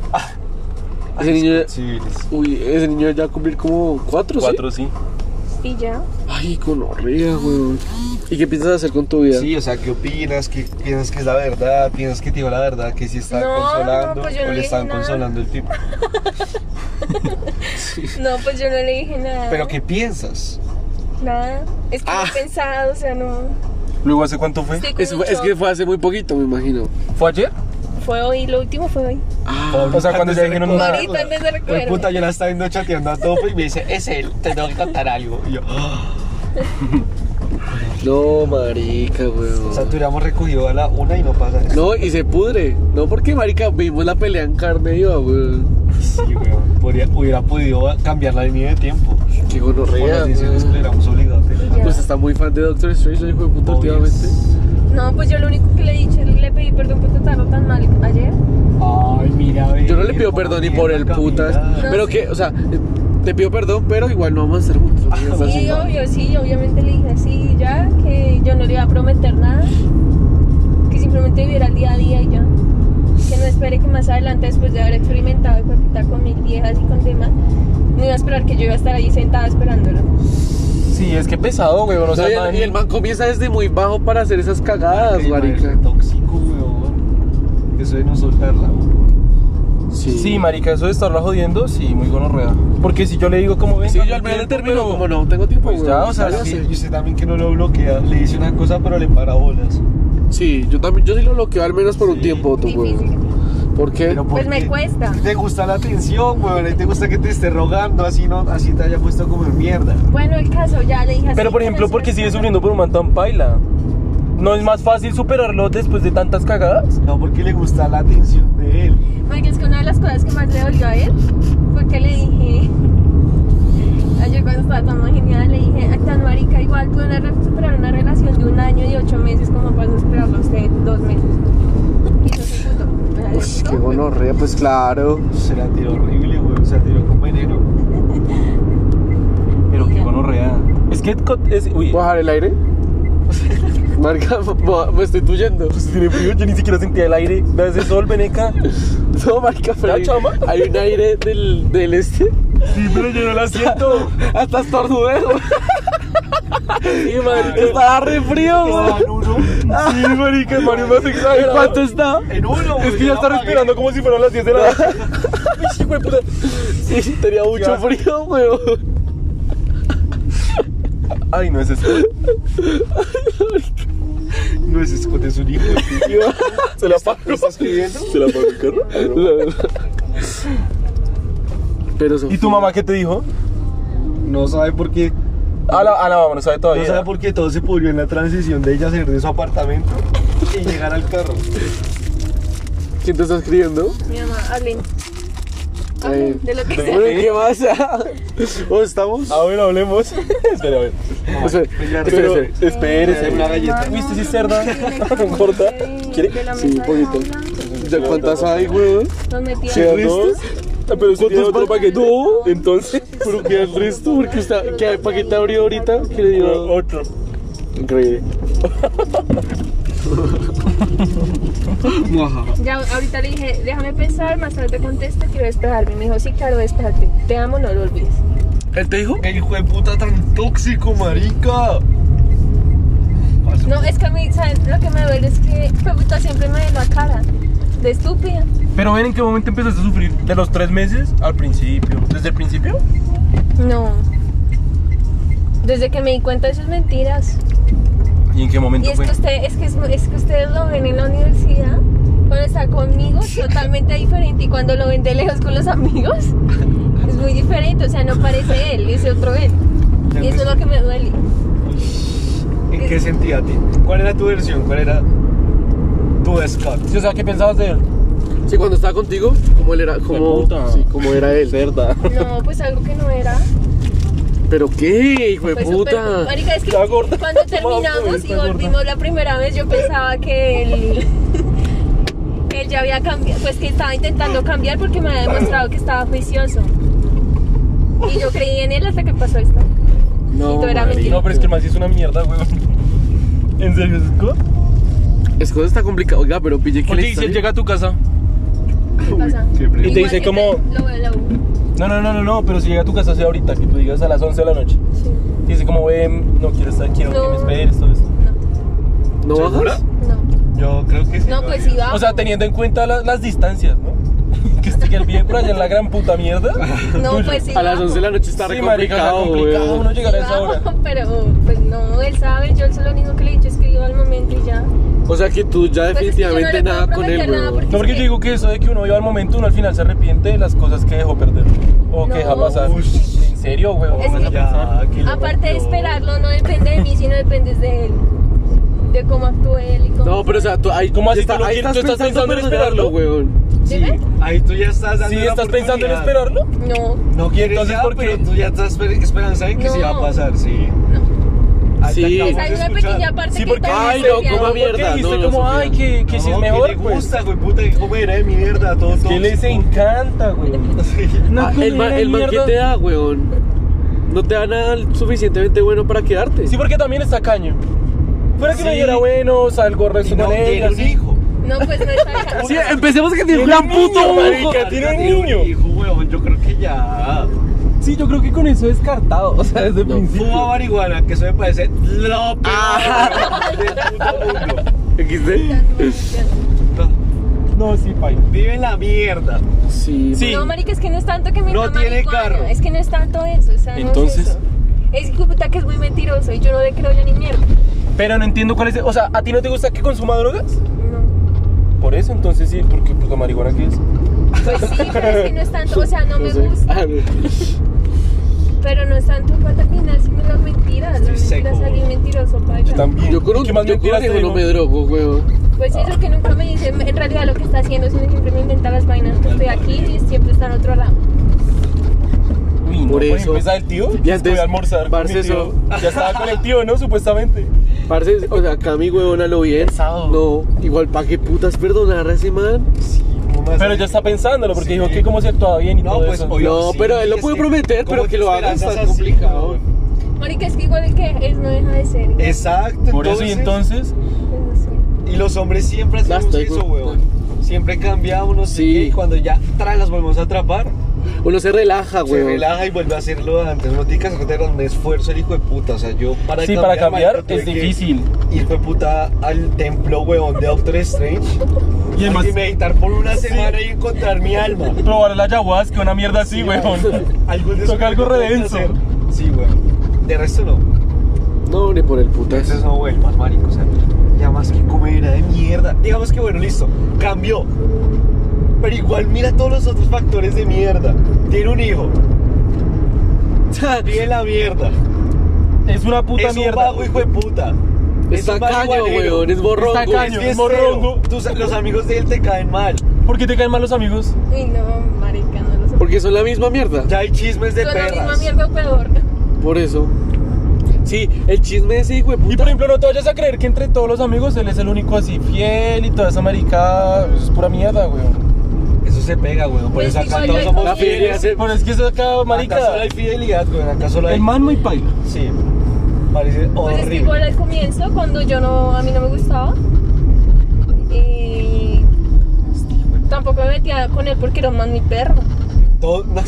Speaker 2: Ese niño,
Speaker 1: Civiles.
Speaker 2: uy, ese niño ya va a cumplir como cuatro, ¿sí?
Speaker 4: Cuatro, sí.
Speaker 3: Y ya.
Speaker 2: Ay, gonorrea, weón. ¿Y qué piensas hacer con tu vida?
Speaker 1: Sí, o sea, ¿qué opinas? ¿Qué piensas que es la verdad? ¿Piensas que te dijo la verdad? ¿Que sí estaba
Speaker 3: No,
Speaker 1: consolando?
Speaker 3: no, pues yo no
Speaker 1: ¿O le
Speaker 3: dije
Speaker 1: estaban
Speaker 3: nada.
Speaker 1: consolando el tipo?
Speaker 3: No, pues yo no le dije nada.
Speaker 1: ¿Pero qué piensas?
Speaker 3: Nada. Es que
Speaker 2: Ah.
Speaker 3: no he pensado, o sea, no.
Speaker 4: Luego, ¿hace cuánto fue?
Speaker 3: Estoy con
Speaker 2: Eso
Speaker 3: un
Speaker 2: fue- es
Speaker 3: shock.
Speaker 2: que fue hace muy poquito, me imagino.
Speaker 4: ¿Fue ayer?
Speaker 3: Fue hoy, lo último fue hoy.
Speaker 4: O sea, cuando ya dijeron nada.
Speaker 3: Ahorita antes de
Speaker 1: Pues
Speaker 3: recuerdo.
Speaker 1: puta, yo la estaba viendo chateando a tope y me dice, es él, te tengo que contar algo. Y yo, "Ah".
Speaker 2: No, marica,
Speaker 1: o sea,
Speaker 2: weón.
Speaker 1: tuviéramos recogido a la una y no pasa eso.
Speaker 2: No, y se pudre. No, porque, marica, vimos la pelea en carne viva, weón.
Speaker 1: Sí, weón. Podría- hubiera podido cambiar la línea de tiempo.
Speaker 2: Qué
Speaker 1: Por
Speaker 2: gonorrea,
Speaker 1: las decisiones que
Speaker 2: weón.
Speaker 1: hubiéramos obligado a tener.
Speaker 2: Pues está muy fan de Doctor Strange, ¿no, hijo de puta, últimamente.
Speaker 3: No, pues yo lo único que le he dicho, le pedí perdón por tratarlo tan mal ayer.
Speaker 1: Ay, mira, ve,
Speaker 2: Yo no le pido
Speaker 1: cómo
Speaker 2: perdón ni
Speaker 1: mierda
Speaker 2: por el putas.
Speaker 1: caminar.
Speaker 2: Pero que, o sea, te pido perdón, pero igual no vamos a estar juntos.
Speaker 1: Ah,
Speaker 2: ¿no?
Speaker 4: Pues
Speaker 2: Es así.
Speaker 3: Y obvio, sí, obviamente le dije así ya, que yo no le iba a prometer nada. Que simplemente viviera el día a día y ya. Que no espere que más adelante, después de haber experimentado hijo de puta con mil viejas y con demás, no iba a esperar que yo iba a estar ahí sentada esperándolo.
Speaker 4: Sí, es que pesado, güey. O
Speaker 2: O sea,
Speaker 4: sea,
Speaker 2: y el-
Speaker 4: man-
Speaker 2: y el man comienza desde muy bajo para hacer esas cagadas,
Speaker 1: Ay, marica,
Speaker 2: marica.
Speaker 1: Tóxico, weón. Eso de no soltarla.
Speaker 2: Sí.
Speaker 4: Sí, marica, eso de estarla jodiendo, sí, muy gonorrea. Porque si yo le digo como ven,
Speaker 2: Sí, yo al menos le termino, como no tengo tiempo,
Speaker 4: Pues
Speaker 2: güey,
Speaker 4: ya, o sea,
Speaker 2: ¿sabes?
Speaker 4: sí.
Speaker 1: Y usted también que no lo bloquea, le dice una cosa pero le para bolas.
Speaker 2: Sí, yo también, yo sí lo bloqueo al menos por un
Speaker 1: Sí.
Speaker 2: tiempo, tu güey.
Speaker 3: Difícil.
Speaker 2: ¿Por qué?
Speaker 1: Pero ¿por
Speaker 3: Pues me
Speaker 1: qué?
Speaker 3: cuesta.
Speaker 1: Te gusta la atención, weón, y te gusta que te esté rogando, así no, así te haya puesto como en mierda.
Speaker 3: Bueno, el caso ya le dije así.
Speaker 4: Pero por ejemplo, porque sigue sufriendo por un montón paila. ¿No es más fácil superarlo después de tantas cagadas?
Speaker 1: No, porque le gusta la atención de él.
Speaker 3: Marica, es que una de las cosas que más le dolió a él fue que le dije. Ayer cuando estaba tan más genial, le dije, ay, tan marica, igual pude una re- superar una relación de un año y ocho meses, como para superarlo a usted dos meses. Y eso se puto. O sea,
Speaker 2: Ush,
Speaker 3: se
Speaker 2: qué
Speaker 3: puto.
Speaker 2: gonorrea, pues claro.
Speaker 1: Se la tiró horrible, weón, se la tiró con veneno.
Speaker 4: Pero qué gonorrea. Es que. co- Es, uy.
Speaker 2: ¿Puedo bajar el aire? Marca, bo- me estoy tuyendo.
Speaker 4: Pues tiene frío, yo ni siquiera sentía el aire. ¿Ves el sol, ven acá?
Speaker 2: No, marca, pero
Speaker 4: ¿La
Speaker 2: hay,
Speaker 4: chama?
Speaker 2: hay un aire del, del este.
Speaker 4: Sí, pero yo no la siento.
Speaker 2: Hasta estornudé, güey.
Speaker 4: Sí, marica.
Speaker 2: Estaba re frío,
Speaker 1: Estaba
Speaker 2: güey.
Speaker 1: en uno,
Speaker 4: Sí, marica, Mario más exagerado.
Speaker 2: ¿Cuánto está?
Speaker 1: en uno,
Speaker 4: Es
Speaker 1: weón,
Speaker 4: que ya está
Speaker 1: apagué.
Speaker 4: respirando como si fueran las 10 de la noche. Uy, hijo de puta.
Speaker 2: pues, Sí, tenía mucho
Speaker 4: Ya.
Speaker 2: frío, güey.
Speaker 4: Ay, no es eso.
Speaker 1: No es escote, es un hijo.
Speaker 2: Se la pago.
Speaker 1: ¿Estás pidiendo?
Speaker 2: Se la pago el carro. Pero
Speaker 4: ¿Y tu mamá qué te dijo?
Speaker 1: No sabe por qué.
Speaker 4: A la, a la mamá no sabe
Speaker 1: No
Speaker 4: todavía.
Speaker 1: sabe por qué todo se pudrió en la transición de ella salir de su apartamento y llegar al carro.
Speaker 2: ¿Quién te está escribiendo?
Speaker 3: Mi mamá, hablen.
Speaker 2: Eh,
Speaker 3: Hablen de lo que sea.
Speaker 2: Bueno, ¿qué pasa? ¿Cómo estamos?
Speaker 4: A ver, hablemos. Espera, a ver.
Speaker 2: Espera, espera,
Speaker 4: Pero,
Speaker 2: espera.
Speaker 4: espérese.
Speaker 1: Una galleta.
Speaker 4: ¿Viste si es cerda? ¿Gorda? ¿Quiere?
Speaker 2: Sí, un poquito. ¿Ya cuántas hay, güey?
Speaker 3: Nos metían.
Speaker 2: ¿Quedan
Speaker 4: ¿Restos?
Speaker 2: dos?
Speaker 4: Ah, Pero si tiene
Speaker 2: ¿Cuántos
Speaker 4: otro
Speaker 2: pa-
Speaker 4: paquete.
Speaker 2: No.
Speaker 4: Entonces.
Speaker 2: ¿Pero qué el resto? Porque está, ¿qué hay paquete abrió ahorita? ¿Qué le
Speaker 4: o-
Speaker 2: dio?
Speaker 4: Otro.
Speaker 2: Increíble.
Speaker 3: Ya, ahorita le dije, déjame pensar, más tarde te contesto, quiero despejarme. Me dijo, sí, claro, despejate. Te amo, no lo olvides.
Speaker 2: ¿Él te dijo?
Speaker 1: ¡Qué hijo de puta tan tóxico, marica!
Speaker 3: No, es que a mí, ¿saben? Lo que me duele es que fue puta siempre me ve la cara de estúpida.
Speaker 4: Pero ven en qué momento empezaste a sufrir. De los tres meses al principio. ¿Desde el principio?
Speaker 3: No. Desde que me di cuenta de sus mentiras.
Speaker 4: ¿Y en qué
Speaker 3: Y
Speaker 4: momento
Speaker 3: es que, usted, es, que es, es que ustedes lo ven en la universidad, cuando está conmigo es totalmente diferente y cuando lo ven de lejos con los amigos es muy diferente, o sea, no parece él, es otro él.
Speaker 1: Ya
Speaker 3: Y eso es lo que me duele.
Speaker 1: ¿En qué sentía a ti? ¿Cuál era tu versión? ¿Cuál era tu Scott?
Speaker 4: Sí, o sea, ¿qué pensabas de él?
Speaker 2: Sí, cuando estaba contigo, ¿cómo él era? ¿Cómo,
Speaker 4: puta.
Speaker 2: sí, cómo era él?
Speaker 4: Cerda.
Speaker 3: No, pues algo que no era.
Speaker 2: ¿Pero qué, hijo de
Speaker 3: Pues, súper-
Speaker 2: puta?
Speaker 3: Marica, es que
Speaker 4: Está gorda.
Speaker 3: cuando
Speaker 4: Mamá,
Speaker 3: terminamos
Speaker 4: está
Speaker 3: y
Speaker 4: gorda.
Speaker 3: volvimos la primera vez, yo pensaba que él, que él ya había cambiado, pues que estaba intentando cambiar porque me había demostrado que estaba juicioso. Y yo creí en él hasta que pasó esto.
Speaker 2: No,
Speaker 3: todo era mentira.
Speaker 4: No, pero es que el man sí es una mierda, güey. ¿En serio, Cisco?
Speaker 2: Es cosa está complicada. Oiga, pero pille que
Speaker 4: Oye,
Speaker 2: le
Speaker 4: y si él llega a tu casa.
Speaker 3: ¿Qué pasa?
Speaker 4: Y te
Speaker 3: Igual
Speaker 4: dice
Speaker 3: que
Speaker 4: como-
Speaker 3: Lo veo en la U.
Speaker 4: No, no, no, no, no, pero si llega a tu casa, sea ahorita, que tú digas a las 11 de la noche.
Speaker 3: Sí.
Speaker 4: Y dice como, ven, no quiero estar, quiero que me
Speaker 3: No.
Speaker 4: esperes, todo esto.
Speaker 2: ¿No bajas?
Speaker 3: No,
Speaker 1: Yo creo que sí.
Speaker 3: no, pues iba.
Speaker 4: O sea, teniendo en cuenta la- las distancias, ¿no? que esté que el bien por allá en la gran puta mierda.
Speaker 3: No, pues sí.
Speaker 2: A las 11 de la noche está
Speaker 4: Sí,
Speaker 2: re
Speaker 4: marica, está
Speaker 2: complicado, güey.
Speaker 4: complicado uno llegar a esa hora.
Speaker 3: Pero pues no, él sabe, yo solo lo único que le he dicho es que iba al momento y ya.
Speaker 2: O sea que tú ya
Speaker 3: Pues es que yo no le
Speaker 2: definitivamente
Speaker 3: puedo
Speaker 2: nada con
Speaker 3: prometer
Speaker 2: él,
Speaker 3: nada
Speaker 2: güey.
Speaker 4: No, porque yo digo que eso de que uno viva al momento, uno al final se arrepiente de las cosas que dejó perder. O
Speaker 3: No.
Speaker 4: que deja pasar.
Speaker 1: Uy.
Speaker 4: ¿En serio, güey?
Speaker 3: Es que-
Speaker 1: Ya, aquí lo
Speaker 3: Aparte de
Speaker 1: rompió.
Speaker 3: esperarlo, no depende de mí, sino depende de él. De cómo actúe él y cómo.
Speaker 2: No, pero o sea, tú ahí,
Speaker 4: ¿Cómo así
Speaker 2: está-
Speaker 4: tú lo
Speaker 2: ahí
Speaker 4: quieres?
Speaker 2: estás
Speaker 4: ¿Tú estás
Speaker 2: pensando en
Speaker 4: pensando en
Speaker 2: esperarlo, güey.
Speaker 1: Sí,
Speaker 3: ¿Dime?
Speaker 1: ahí tú ya estás dando
Speaker 4: ¿Sí
Speaker 1: la
Speaker 4: estás pensando en
Speaker 1: oportunidad.
Speaker 4: esperarlo?
Speaker 3: No,
Speaker 1: No quieres
Speaker 4: Entonces,
Speaker 1: ya,
Speaker 4: ¿por qué?
Speaker 1: pero tú ya estás esper- esperanzada en que sí va a
Speaker 3: No.
Speaker 1: pasar, sí.
Speaker 3: no.
Speaker 1: Ahí te
Speaker 2: Sí.
Speaker 1: acabo
Speaker 3: Esa
Speaker 1: de
Speaker 3: hay una
Speaker 1: escuchar.
Speaker 3: pequeña parte
Speaker 4: Sí,
Speaker 3: que
Speaker 4: porque-
Speaker 3: todavía
Speaker 2: Ay,
Speaker 3: me
Speaker 2: no,
Speaker 3: queda.
Speaker 2: coma
Speaker 4: ¿Por
Speaker 2: mierda,
Speaker 4: qué dijiste
Speaker 2: no,
Speaker 4: como,
Speaker 2: Sofía.
Speaker 4: ay, que, que si
Speaker 1: No,
Speaker 4: es
Speaker 1: Que
Speaker 4: mejor,
Speaker 1: le
Speaker 4: pues?
Speaker 1: gusta, güey, puta, que comer, eh, mi mierda, todo todo.
Speaker 4: Que les encanta, güey.
Speaker 2: Ah, el man, el man que te da, weón. No te da nada suficientemente bueno para quedarte.
Speaker 4: Sí, porque también está caño. Fuera que no
Speaker 1: Sí.
Speaker 4: dijera, bueno, salgo
Speaker 1: Y
Speaker 4: resto
Speaker 1: no
Speaker 4: con
Speaker 1: tiene
Speaker 4: ella.
Speaker 1: un hijo.
Speaker 3: No, pues no está acá.
Speaker 2: Sí, empecemos que tiene un
Speaker 4: Tiene
Speaker 2: gran
Speaker 4: un
Speaker 2: puto
Speaker 4: niño,
Speaker 2: ojo.
Speaker 4: marica. Tiene un
Speaker 1: Tiene
Speaker 4: niño.
Speaker 1: hijo, weón, yo creo que ya.
Speaker 4: Sí, yo creo que con eso descartado, o sea, desde el
Speaker 2: No.
Speaker 1: Fuma
Speaker 4: principio.
Speaker 1: marihuana, que eso me parece lo
Speaker 4: Ah.
Speaker 1: peor del puto mundo.
Speaker 2: ¿Qué hiciste?
Speaker 3: Tan mal, ya.
Speaker 1: No.
Speaker 4: No, sí, paila.
Speaker 1: Vive en la mierda.
Speaker 2: Sí.
Speaker 4: Sí.
Speaker 3: No, marica, es que no es tanto que me
Speaker 1: No
Speaker 3: mama
Speaker 1: tiene
Speaker 3: marihuana,
Speaker 1: carro.
Speaker 3: Es que no es tanto eso. O sea, no
Speaker 4: Entonces.
Speaker 3: es eso. Es que puta que es muy mentiroso y yo no le creo ya ni mierda.
Speaker 4: Pero no entiendo cuál es. O sea, ¿a ti no te gusta que consuma drogas?
Speaker 3: No.
Speaker 4: Por eso, entonces sí, porque pues, la marihuana que es.
Speaker 3: Pues sí, pero es que no es tanto. O sea, no me
Speaker 2: sé.
Speaker 3: gusta.
Speaker 2: Ah, no.
Speaker 3: Pero no es tanto para terminar sino las mentiras. Las
Speaker 1: Estoy
Speaker 3: mentiras,
Speaker 1: seco,
Speaker 3: alguien mentiroso para
Speaker 4: Yo también.
Speaker 2: Yo con un,
Speaker 4: ¿Qué
Speaker 2: yo
Speaker 4: más
Speaker 2: con un
Speaker 4: mentiras te
Speaker 2: viejo no
Speaker 4: digo?
Speaker 2: me drogo, weón.
Speaker 3: Pues eso que nunca me dice en realidad lo que está haciendo, sino siempre me inventa las vainas. que Estoy aquí y siempre está en otro lado.
Speaker 4: Uy,
Speaker 2: Por
Speaker 4: no, por
Speaker 2: eso.
Speaker 4: ejemplo, esa del tío?
Speaker 2: Y antes,
Speaker 4: Voy a almorzar. con mi
Speaker 2: parce,
Speaker 4: tío.
Speaker 2: eso-
Speaker 4: Ya estaba con el tío, ¿no? Supuestamente.
Speaker 2: Parce, o sea, Cami, weón, a lo bien.
Speaker 1: Pesado.
Speaker 2: No, igual, ¿pa' qué putas perdonar a ese man?
Speaker 4: Pero ya está pensándolo, porque
Speaker 1: Sí.
Speaker 4: dijo que como se actuaba bien y
Speaker 1: No,
Speaker 4: todo
Speaker 1: pues,
Speaker 4: eso.
Speaker 1: obvio.
Speaker 2: No,
Speaker 1: sí,
Speaker 2: pero él lo
Speaker 1: es
Speaker 2: puede
Speaker 1: que-
Speaker 2: prometer,
Speaker 1: ¿cómo
Speaker 2: pero
Speaker 1: te
Speaker 2: que lo haga
Speaker 1: esperas?
Speaker 2: está
Speaker 1: Es así,
Speaker 2: complicado.
Speaker 1: weón.
Speaker 3: Marica, es que igual el que es no deja de ser.
Speaker 1: Eh.
Speaker 3: igual,
Speaker 1: Exacto.
Speaker 4: Por eso y entonces.
Speaker 3: pues, no sé.
Speaker 1: Y los hombres siempre hacemos
Speaker 2: Basta,
Speaker 1: eso,
Speaker 2: hijo.
Speaker 1: weón. Siempre cambia uno,
Speaker 2: Sí.
Speaker 1: sí. Y cuando ya tra, las volvemos a atrapar,
Speaker 2: Uno se relaja,
Speaker 1: se
Speaker 2: weón.
Speaker 1: relaja y vuelve a hacerlo de antes. No tiene que hacer un esfuerzo el hijo de puta. O sea, yo para
Speaker 4: Sí,
Speaker 1: cambiar,
Speaker 4: para cambiar
Speaker 1: marica, tuve
Speaker 4: es
Speaker 1: que
Speaker 4: difícil.
Speaker 1: Ir de puta al templo, weón, de Doctor Strange.
Speaker 4: Y además,
Speaker 1: Y meditar por una semana y encontrar mi alma.
Speaker 4: probar la ayahuasca, una mierda así, weón.
Speaker 1: Algún
Speaker 4: Toca
Speaker 1: descubrimiento
Speaker 4: algo
Speaker 1: tengo que
Speaker 4: redenso.
Speaker 1: hacer. Sí, weón. De resto no.
Speaker 2: No, ni por el putas.
Speaker 1: Entonces no, güey, el más marico, o sea, ya más que comida de mierda. Digamos que bueno, listo, cambió. Pero igual mira todos los otros factores de mierda. Tiene un hijo, vive la mierda.
Speaker 4: Es una puta
Speaker 1: es un
Speaker 4: mierda.
Speaker 1: vago hijo de puta. Es
Speaker 2: Está
Speaker 1: un
Speaker 2: caño,
Speaker 1: marihuanero.
Speaker 2: weón, es borrongo.
Speaker 4: Está caño.
Speaker 1: Es que es
Speaker 4: Morrongo.
Speaker 1: feo. Tus- los amigos de él te caen mal.
Speaker 4: ¿Por qué te caen mal los amigos?
Speaker 3: Uy, no, marica, no lo sé.
Speaker 2: Porque son la misma mierda.
Speaker 1: Ya hay chismes de
Speaker 3: Son la misma
Speaker 1: perras.
Speaker 3: mierda o peor.
Speaker 2: Por eso. Sí, el chisme ese, hijo de
Speaker 4: Y
Speaker 2: puta.
Speaker 4: por ejemplo, no te vayas a creer que entre todos los amigos él es el único así fiel y toda esa maricada. Eso es pura mierda, weón.
Speaker 1: Eso se pega, güey. Por
Speaker 3: Pues
Speaker 1: eso acá
Speaker 3: igual
Speaker 1: todos
Speaker 3: hay
Speaker 1: somos
Speaker 2: La
Speaker 3: como-
Speaker 1: fieles.
Speaker 2: fidelidad se...
Speaker 4: Pero es que eso acá,
Speaker 1: Acá
Speaker 4: marica.
Speaker 1: solo hay fidelidad, güey. Acá solo hay.
Speaker 4: El man muy paila.
Speaker 1: Sí. Parece
Speaker 3: Pues es que igual
Speaker 1: horrible.
Speaker 3: al comienzo, cuando yo no, a mí no me gustaba, eh, tampoco me metía con él porque era más mi perro.
Speaker 1: Todo. No,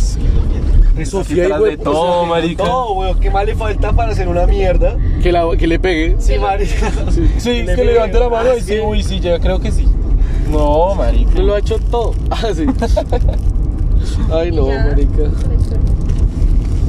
Speaker 1: es que lo
Speaker 2: Sofía,
Speaker 4: Detrás
Speaker 2: hijo de
Speaker 4: de
Speaker 2: puta.
Speaker 4: todo, marica.
Speaker 1: No, weón, ¿qué más le falta para hacer una mierda?
Speaker 2: Que, la, que le pegue.
Speaker 1: Sí, marica.
Speaker 4: Sí, es que levanta la mano y
Speaker 1: Ah,
Speaker 4: sí, uy, sí, ya creo que sí. No,
Speaker 2: No lo
Speaker 4: marica.
Speaker 2: ha hecho todo. Ah, sí. Ay,
Speaker 3: Y
Speaker 2: no,
Speaker 3: ya,
Speaker 2: marica.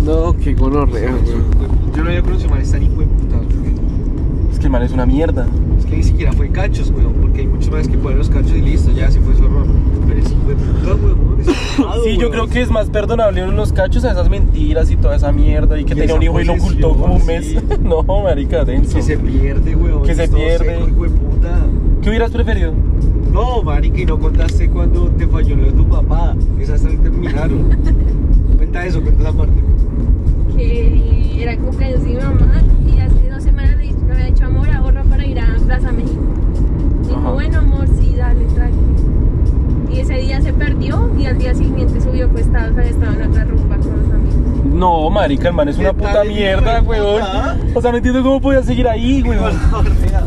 Speaker 2: No, qué gonorrea, weón.
Speaker 1: Yo no había conocido a tan hijo de puta. porque
Speaker 4: Es que el man es una mierda.
Speaker 1: Es que ni siquiera fue cachos, weón, porque hay muchos más que ponen los cachos y listo, ya, así fue su error. Pero ese hijo de puta, weón, es malvado,
Speaker 4: Sí, yo
Speaker 1: weón.
Speaker 4: creo que es más perdonable los cachos a esas mentiras y toda esa mierda y que
Speaker 1: Y
Speaker 4: tenía
Speaker 1: esa
Speaker 4: un hijo y lo
Speaker 1: posesión,
Speaker 4: ocultó como un mes.
Speaker 1: sí.
Speaker 4: No, marica, denso.
Speaker 1: Que se pierde, weón.
Speaker 4: Que se
Speaker 1: es todo
Speaker 4: pierde.
Speaker 1: seco, hijo de puta.
Speaker 4: ¿Qué hubieras preferido?
Speaker 1: No, marica, y no contaste cuando te falló lo de tu papá. Esas también terminaron. cuenta eso, cuenta esa parte.
Speaker 3: Que era el cumpleaños de mi mamá y hace dos semanas le, le había dicho amor, ahorra para ir a Plaza México.
Speaker 4: Ajá.
Speaker 3: Dijo, bueno, amor, sí, dale, trae. Y ese día se perdió y al día siguiente subió pues estaba, estaba en otra rumba con los amigos.
Speaker 4: No, marica, el man es
Speaker 1: ¿Qué
Speaker 4: una
Speaker 1: tal
Speaker 4: puta
Speaker 1: el hijo de
Speaker 4: mierda,
Speaker 1: puta?
Speaker 4: weón. O sea, no entiendo cómo podía seguir ahí,
Speaker 1: Weón,
Speaker 4: weón.
Speaker 1: mira,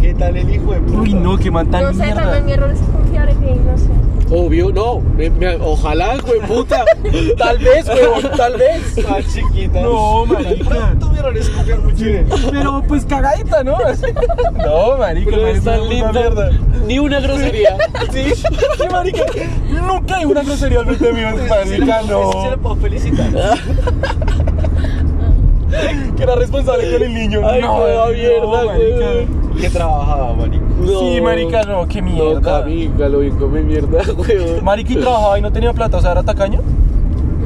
Speaker 1: ¿Qué tal el hijo de puta?
Speaker 4: Uy, no, qué man tan
Speaker 3: No sé,
Speaker 4: mierda.
Speaker 3: también mi error es confiar en él, no sé.
Speaker 2: Obvio, no. Me- me- ojalá, hijo de puta.
Speaker 4: Tal vez, weón, tal vez.
Speaker 1: Está chiquita.
Speaker 4: No, marica.
Speaker 1: Pronto me errores confiar mucho en él.
Speaker 4: Pero pues cagadita, ¿no? No, marica, el
Speaker 2: Pero
Speaker 4: man es
Speaker 2: es
Speaker 4: una
Speaker 2: tan
Speaker 4: puta
Speaker 2: lindo.
Speaker 4: mierda.
Speaker 2: Ni una grosería.
Speaker 4: Sí, sí, marica. Nunca hay una grosería al frente mío,
Speaker 1: Pues,
Speaker 4: marica,
Speaker 1: Ese Se
Speaker 4: no.
Speaker 1: lo puedo felicitar.
Speaker 4: Que era responsable con el niño.
Speaker 2: Ay,
Speaker 4: no,
Speaker 2: joda
Speaker 4: no,
Speaker 2: mierda,
Speaker 4: marica.
Speaker 2: weón.
Speaker 1: Que trabajaba, marico.
Speaker 2: No.
Speaker 4: Sí, marica, no, qué
Speaker 2: No,
Speaker 4: mierda.
Speaker 2: Cami, lo vi come mierda, weón.
Speaker 4: marica y trabajaba y no tenía plata, o sea, era tacaño.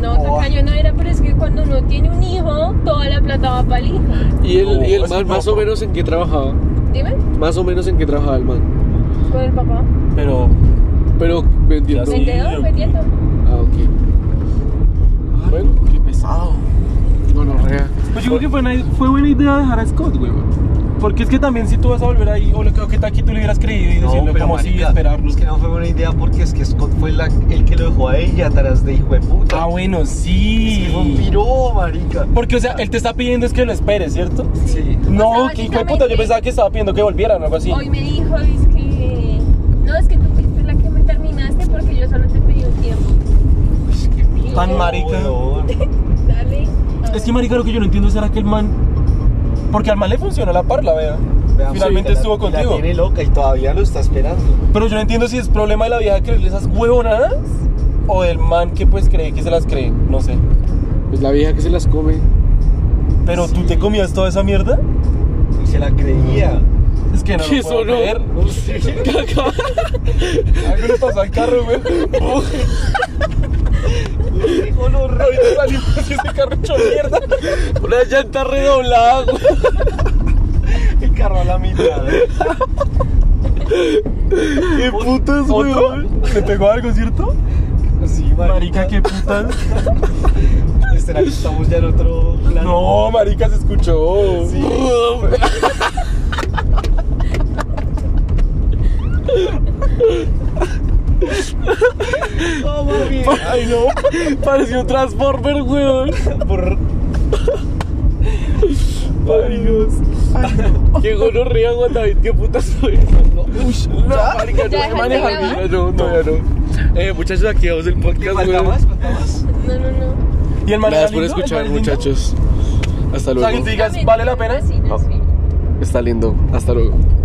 Speaker 3: No,
Speaker 4: Oh.
Speaker 3: tacaño no era, pero es que cuando uno tiene un hijo, toda la plata va para el hijo.
Speaker 2: Y el, y el
Speaker 4: No, es
Speaker 2: man,
Speaker 4: un
Speaker 2: más o
Speaker 4: loco.
Speaker 2: menos en qué trabajaba.
Speaker 3: Dime,
Speaker 2: Más o menos en qué trabajaba el man.
Speaker 3: con el papá.
Speaker 4: Pero
Speaker 2: Pero vendiendo.
Speaker 4: Ya sé.
Speaker 3: Vendedor,
Speaker 4: Ah, ok.
Speaker 3: vendiendo.
Speaker 2: Ah, ok. Bueno,
Speaker 4: qué pesado.
Speaker 2: gonorrea.
Speaker 4: Pues yo creo que fue, una- fue buena idea dejar a Scott, güey. Porque es que también si tú vas a volver ahí, o lo que, o que tal que tú le hubieras creído y decirle como si
Speaker 1: Es
Speaker 4: esperarlos.
Speaker 1: que no fue buena idea porque es que Scott fue la- el que lo dejó a ella atrás de hijo de puta.
Speaker 4: Ah, bueno,
Speaker 1: Es que fue
Speaker 4: sí.
Speaker 1: un piro, marica.
Speaker 4: Porque, o sea, él te está pidiendo es que lo esperes, ¿cierto?
Speaker 1: Sí.
Speaker 4: No,
Speaker 3: sea,
Speaker 4: que hijo de puta, yo
Speaker 3: básicamente-
Speaker 4: pensaba que estaba pidiendo que volvieran o algo así.
Speaker 3: Hoy me dijo, es que... No, es que tú fuiste la que me terminaste porque yo solo te pedí un tiempo.
Speaker 1: Es que piro,
Speaker 4: Tan marica.
Speaker 1: weón.
Speaker 3: Dale. a
Speaker 4: Es
Speaker 3: ver.
Speaker 4: que, marica, lo que yo no entiendo será que el man... Porque al man le funcionó la parla, vea.
Speaker 1: Veamos,
Speaker 4: Finalmente
Speaker 1: la-
Speaker 4: estuvo contigo.
Speaker 1: La tiene loca y todavía lo está esperando.
Speaker 4: Pero yo no entiendo si es problema de la vieja creerle esas huevonadas o del man que pues cree que se las cree, no sé.
Speaker 2: Pues la vieja que se las come.
Speaker 4: Pero tú te comías toda esa mierda?
Speaker 1: Y se la creía.
Speaker 4: Es que no
Speaker 2: ¿Qué
Speaker 4: lo puedo
Speaker 2: sonó?
Speaker 4: creer. Algo le pasó al carro, güey.
Speaker 1: Dijo, no, re-
Speaker 4: Ahorita salimos y ese carro hecho mierda.
Speaker 2: Una llanta redoblada, güey.
Speaker 1: el carro a la mitad.
Speaker 2: Qué putas, güey.
Speaker 4: ¿Otro? ¿Le pegó algo, cierto?
Speaker 1: Sí,
Speaker 4: Marica, qué putas.
Speaker 1: Será que estamos ya en otro plan.
Speaker 4: No, marica, se escuchó.
Speaker 1: No, mami.
Speaker 4: Ay, no.
Speaker 2: Pareció un Transformer, güey.
Speaker 1: Por...
Speaker 4: Ay, Dios.
Speaker 2: Qué gonorrea, Juan David. Qué putas soy. No, marica, no
Speaker 3: ¿Ya
Speaker 2: sé
Speaker 3: dejaste
Speaker 2: manejar
Speaker 3: grabar?
Speaker 2: bien. No, no, ya no. Eh, muchachos, aquí vamos el
Speaker 1: ¿Qué
Speaker 2: podcast,
Speaker 1: falta
Speaker 2: güey.
Speaker 1: más? ¿Falta más?
Speaker 3: No, no, no.
Speaker 4: ¿Y el man
Speaker 2: Gracias
Speaker 4: era
Speaker 2: por
Speaker 4: lindo? ¿El man
Speaker 2: escuchar,
Speaker 4: es lindo?
Speaker 2: muchachos. Hasta
Speaker 4: O sea, que
Speaker 2: luego.
Speaker 4: te digas,
Speaker 3: También
Speaker 4: ¿vale la
Speaker 3: tiene
Speaker 4: pena?
Speaker 3: vecinas, sí.
Speaker 2: Está lindo. Hasta luego.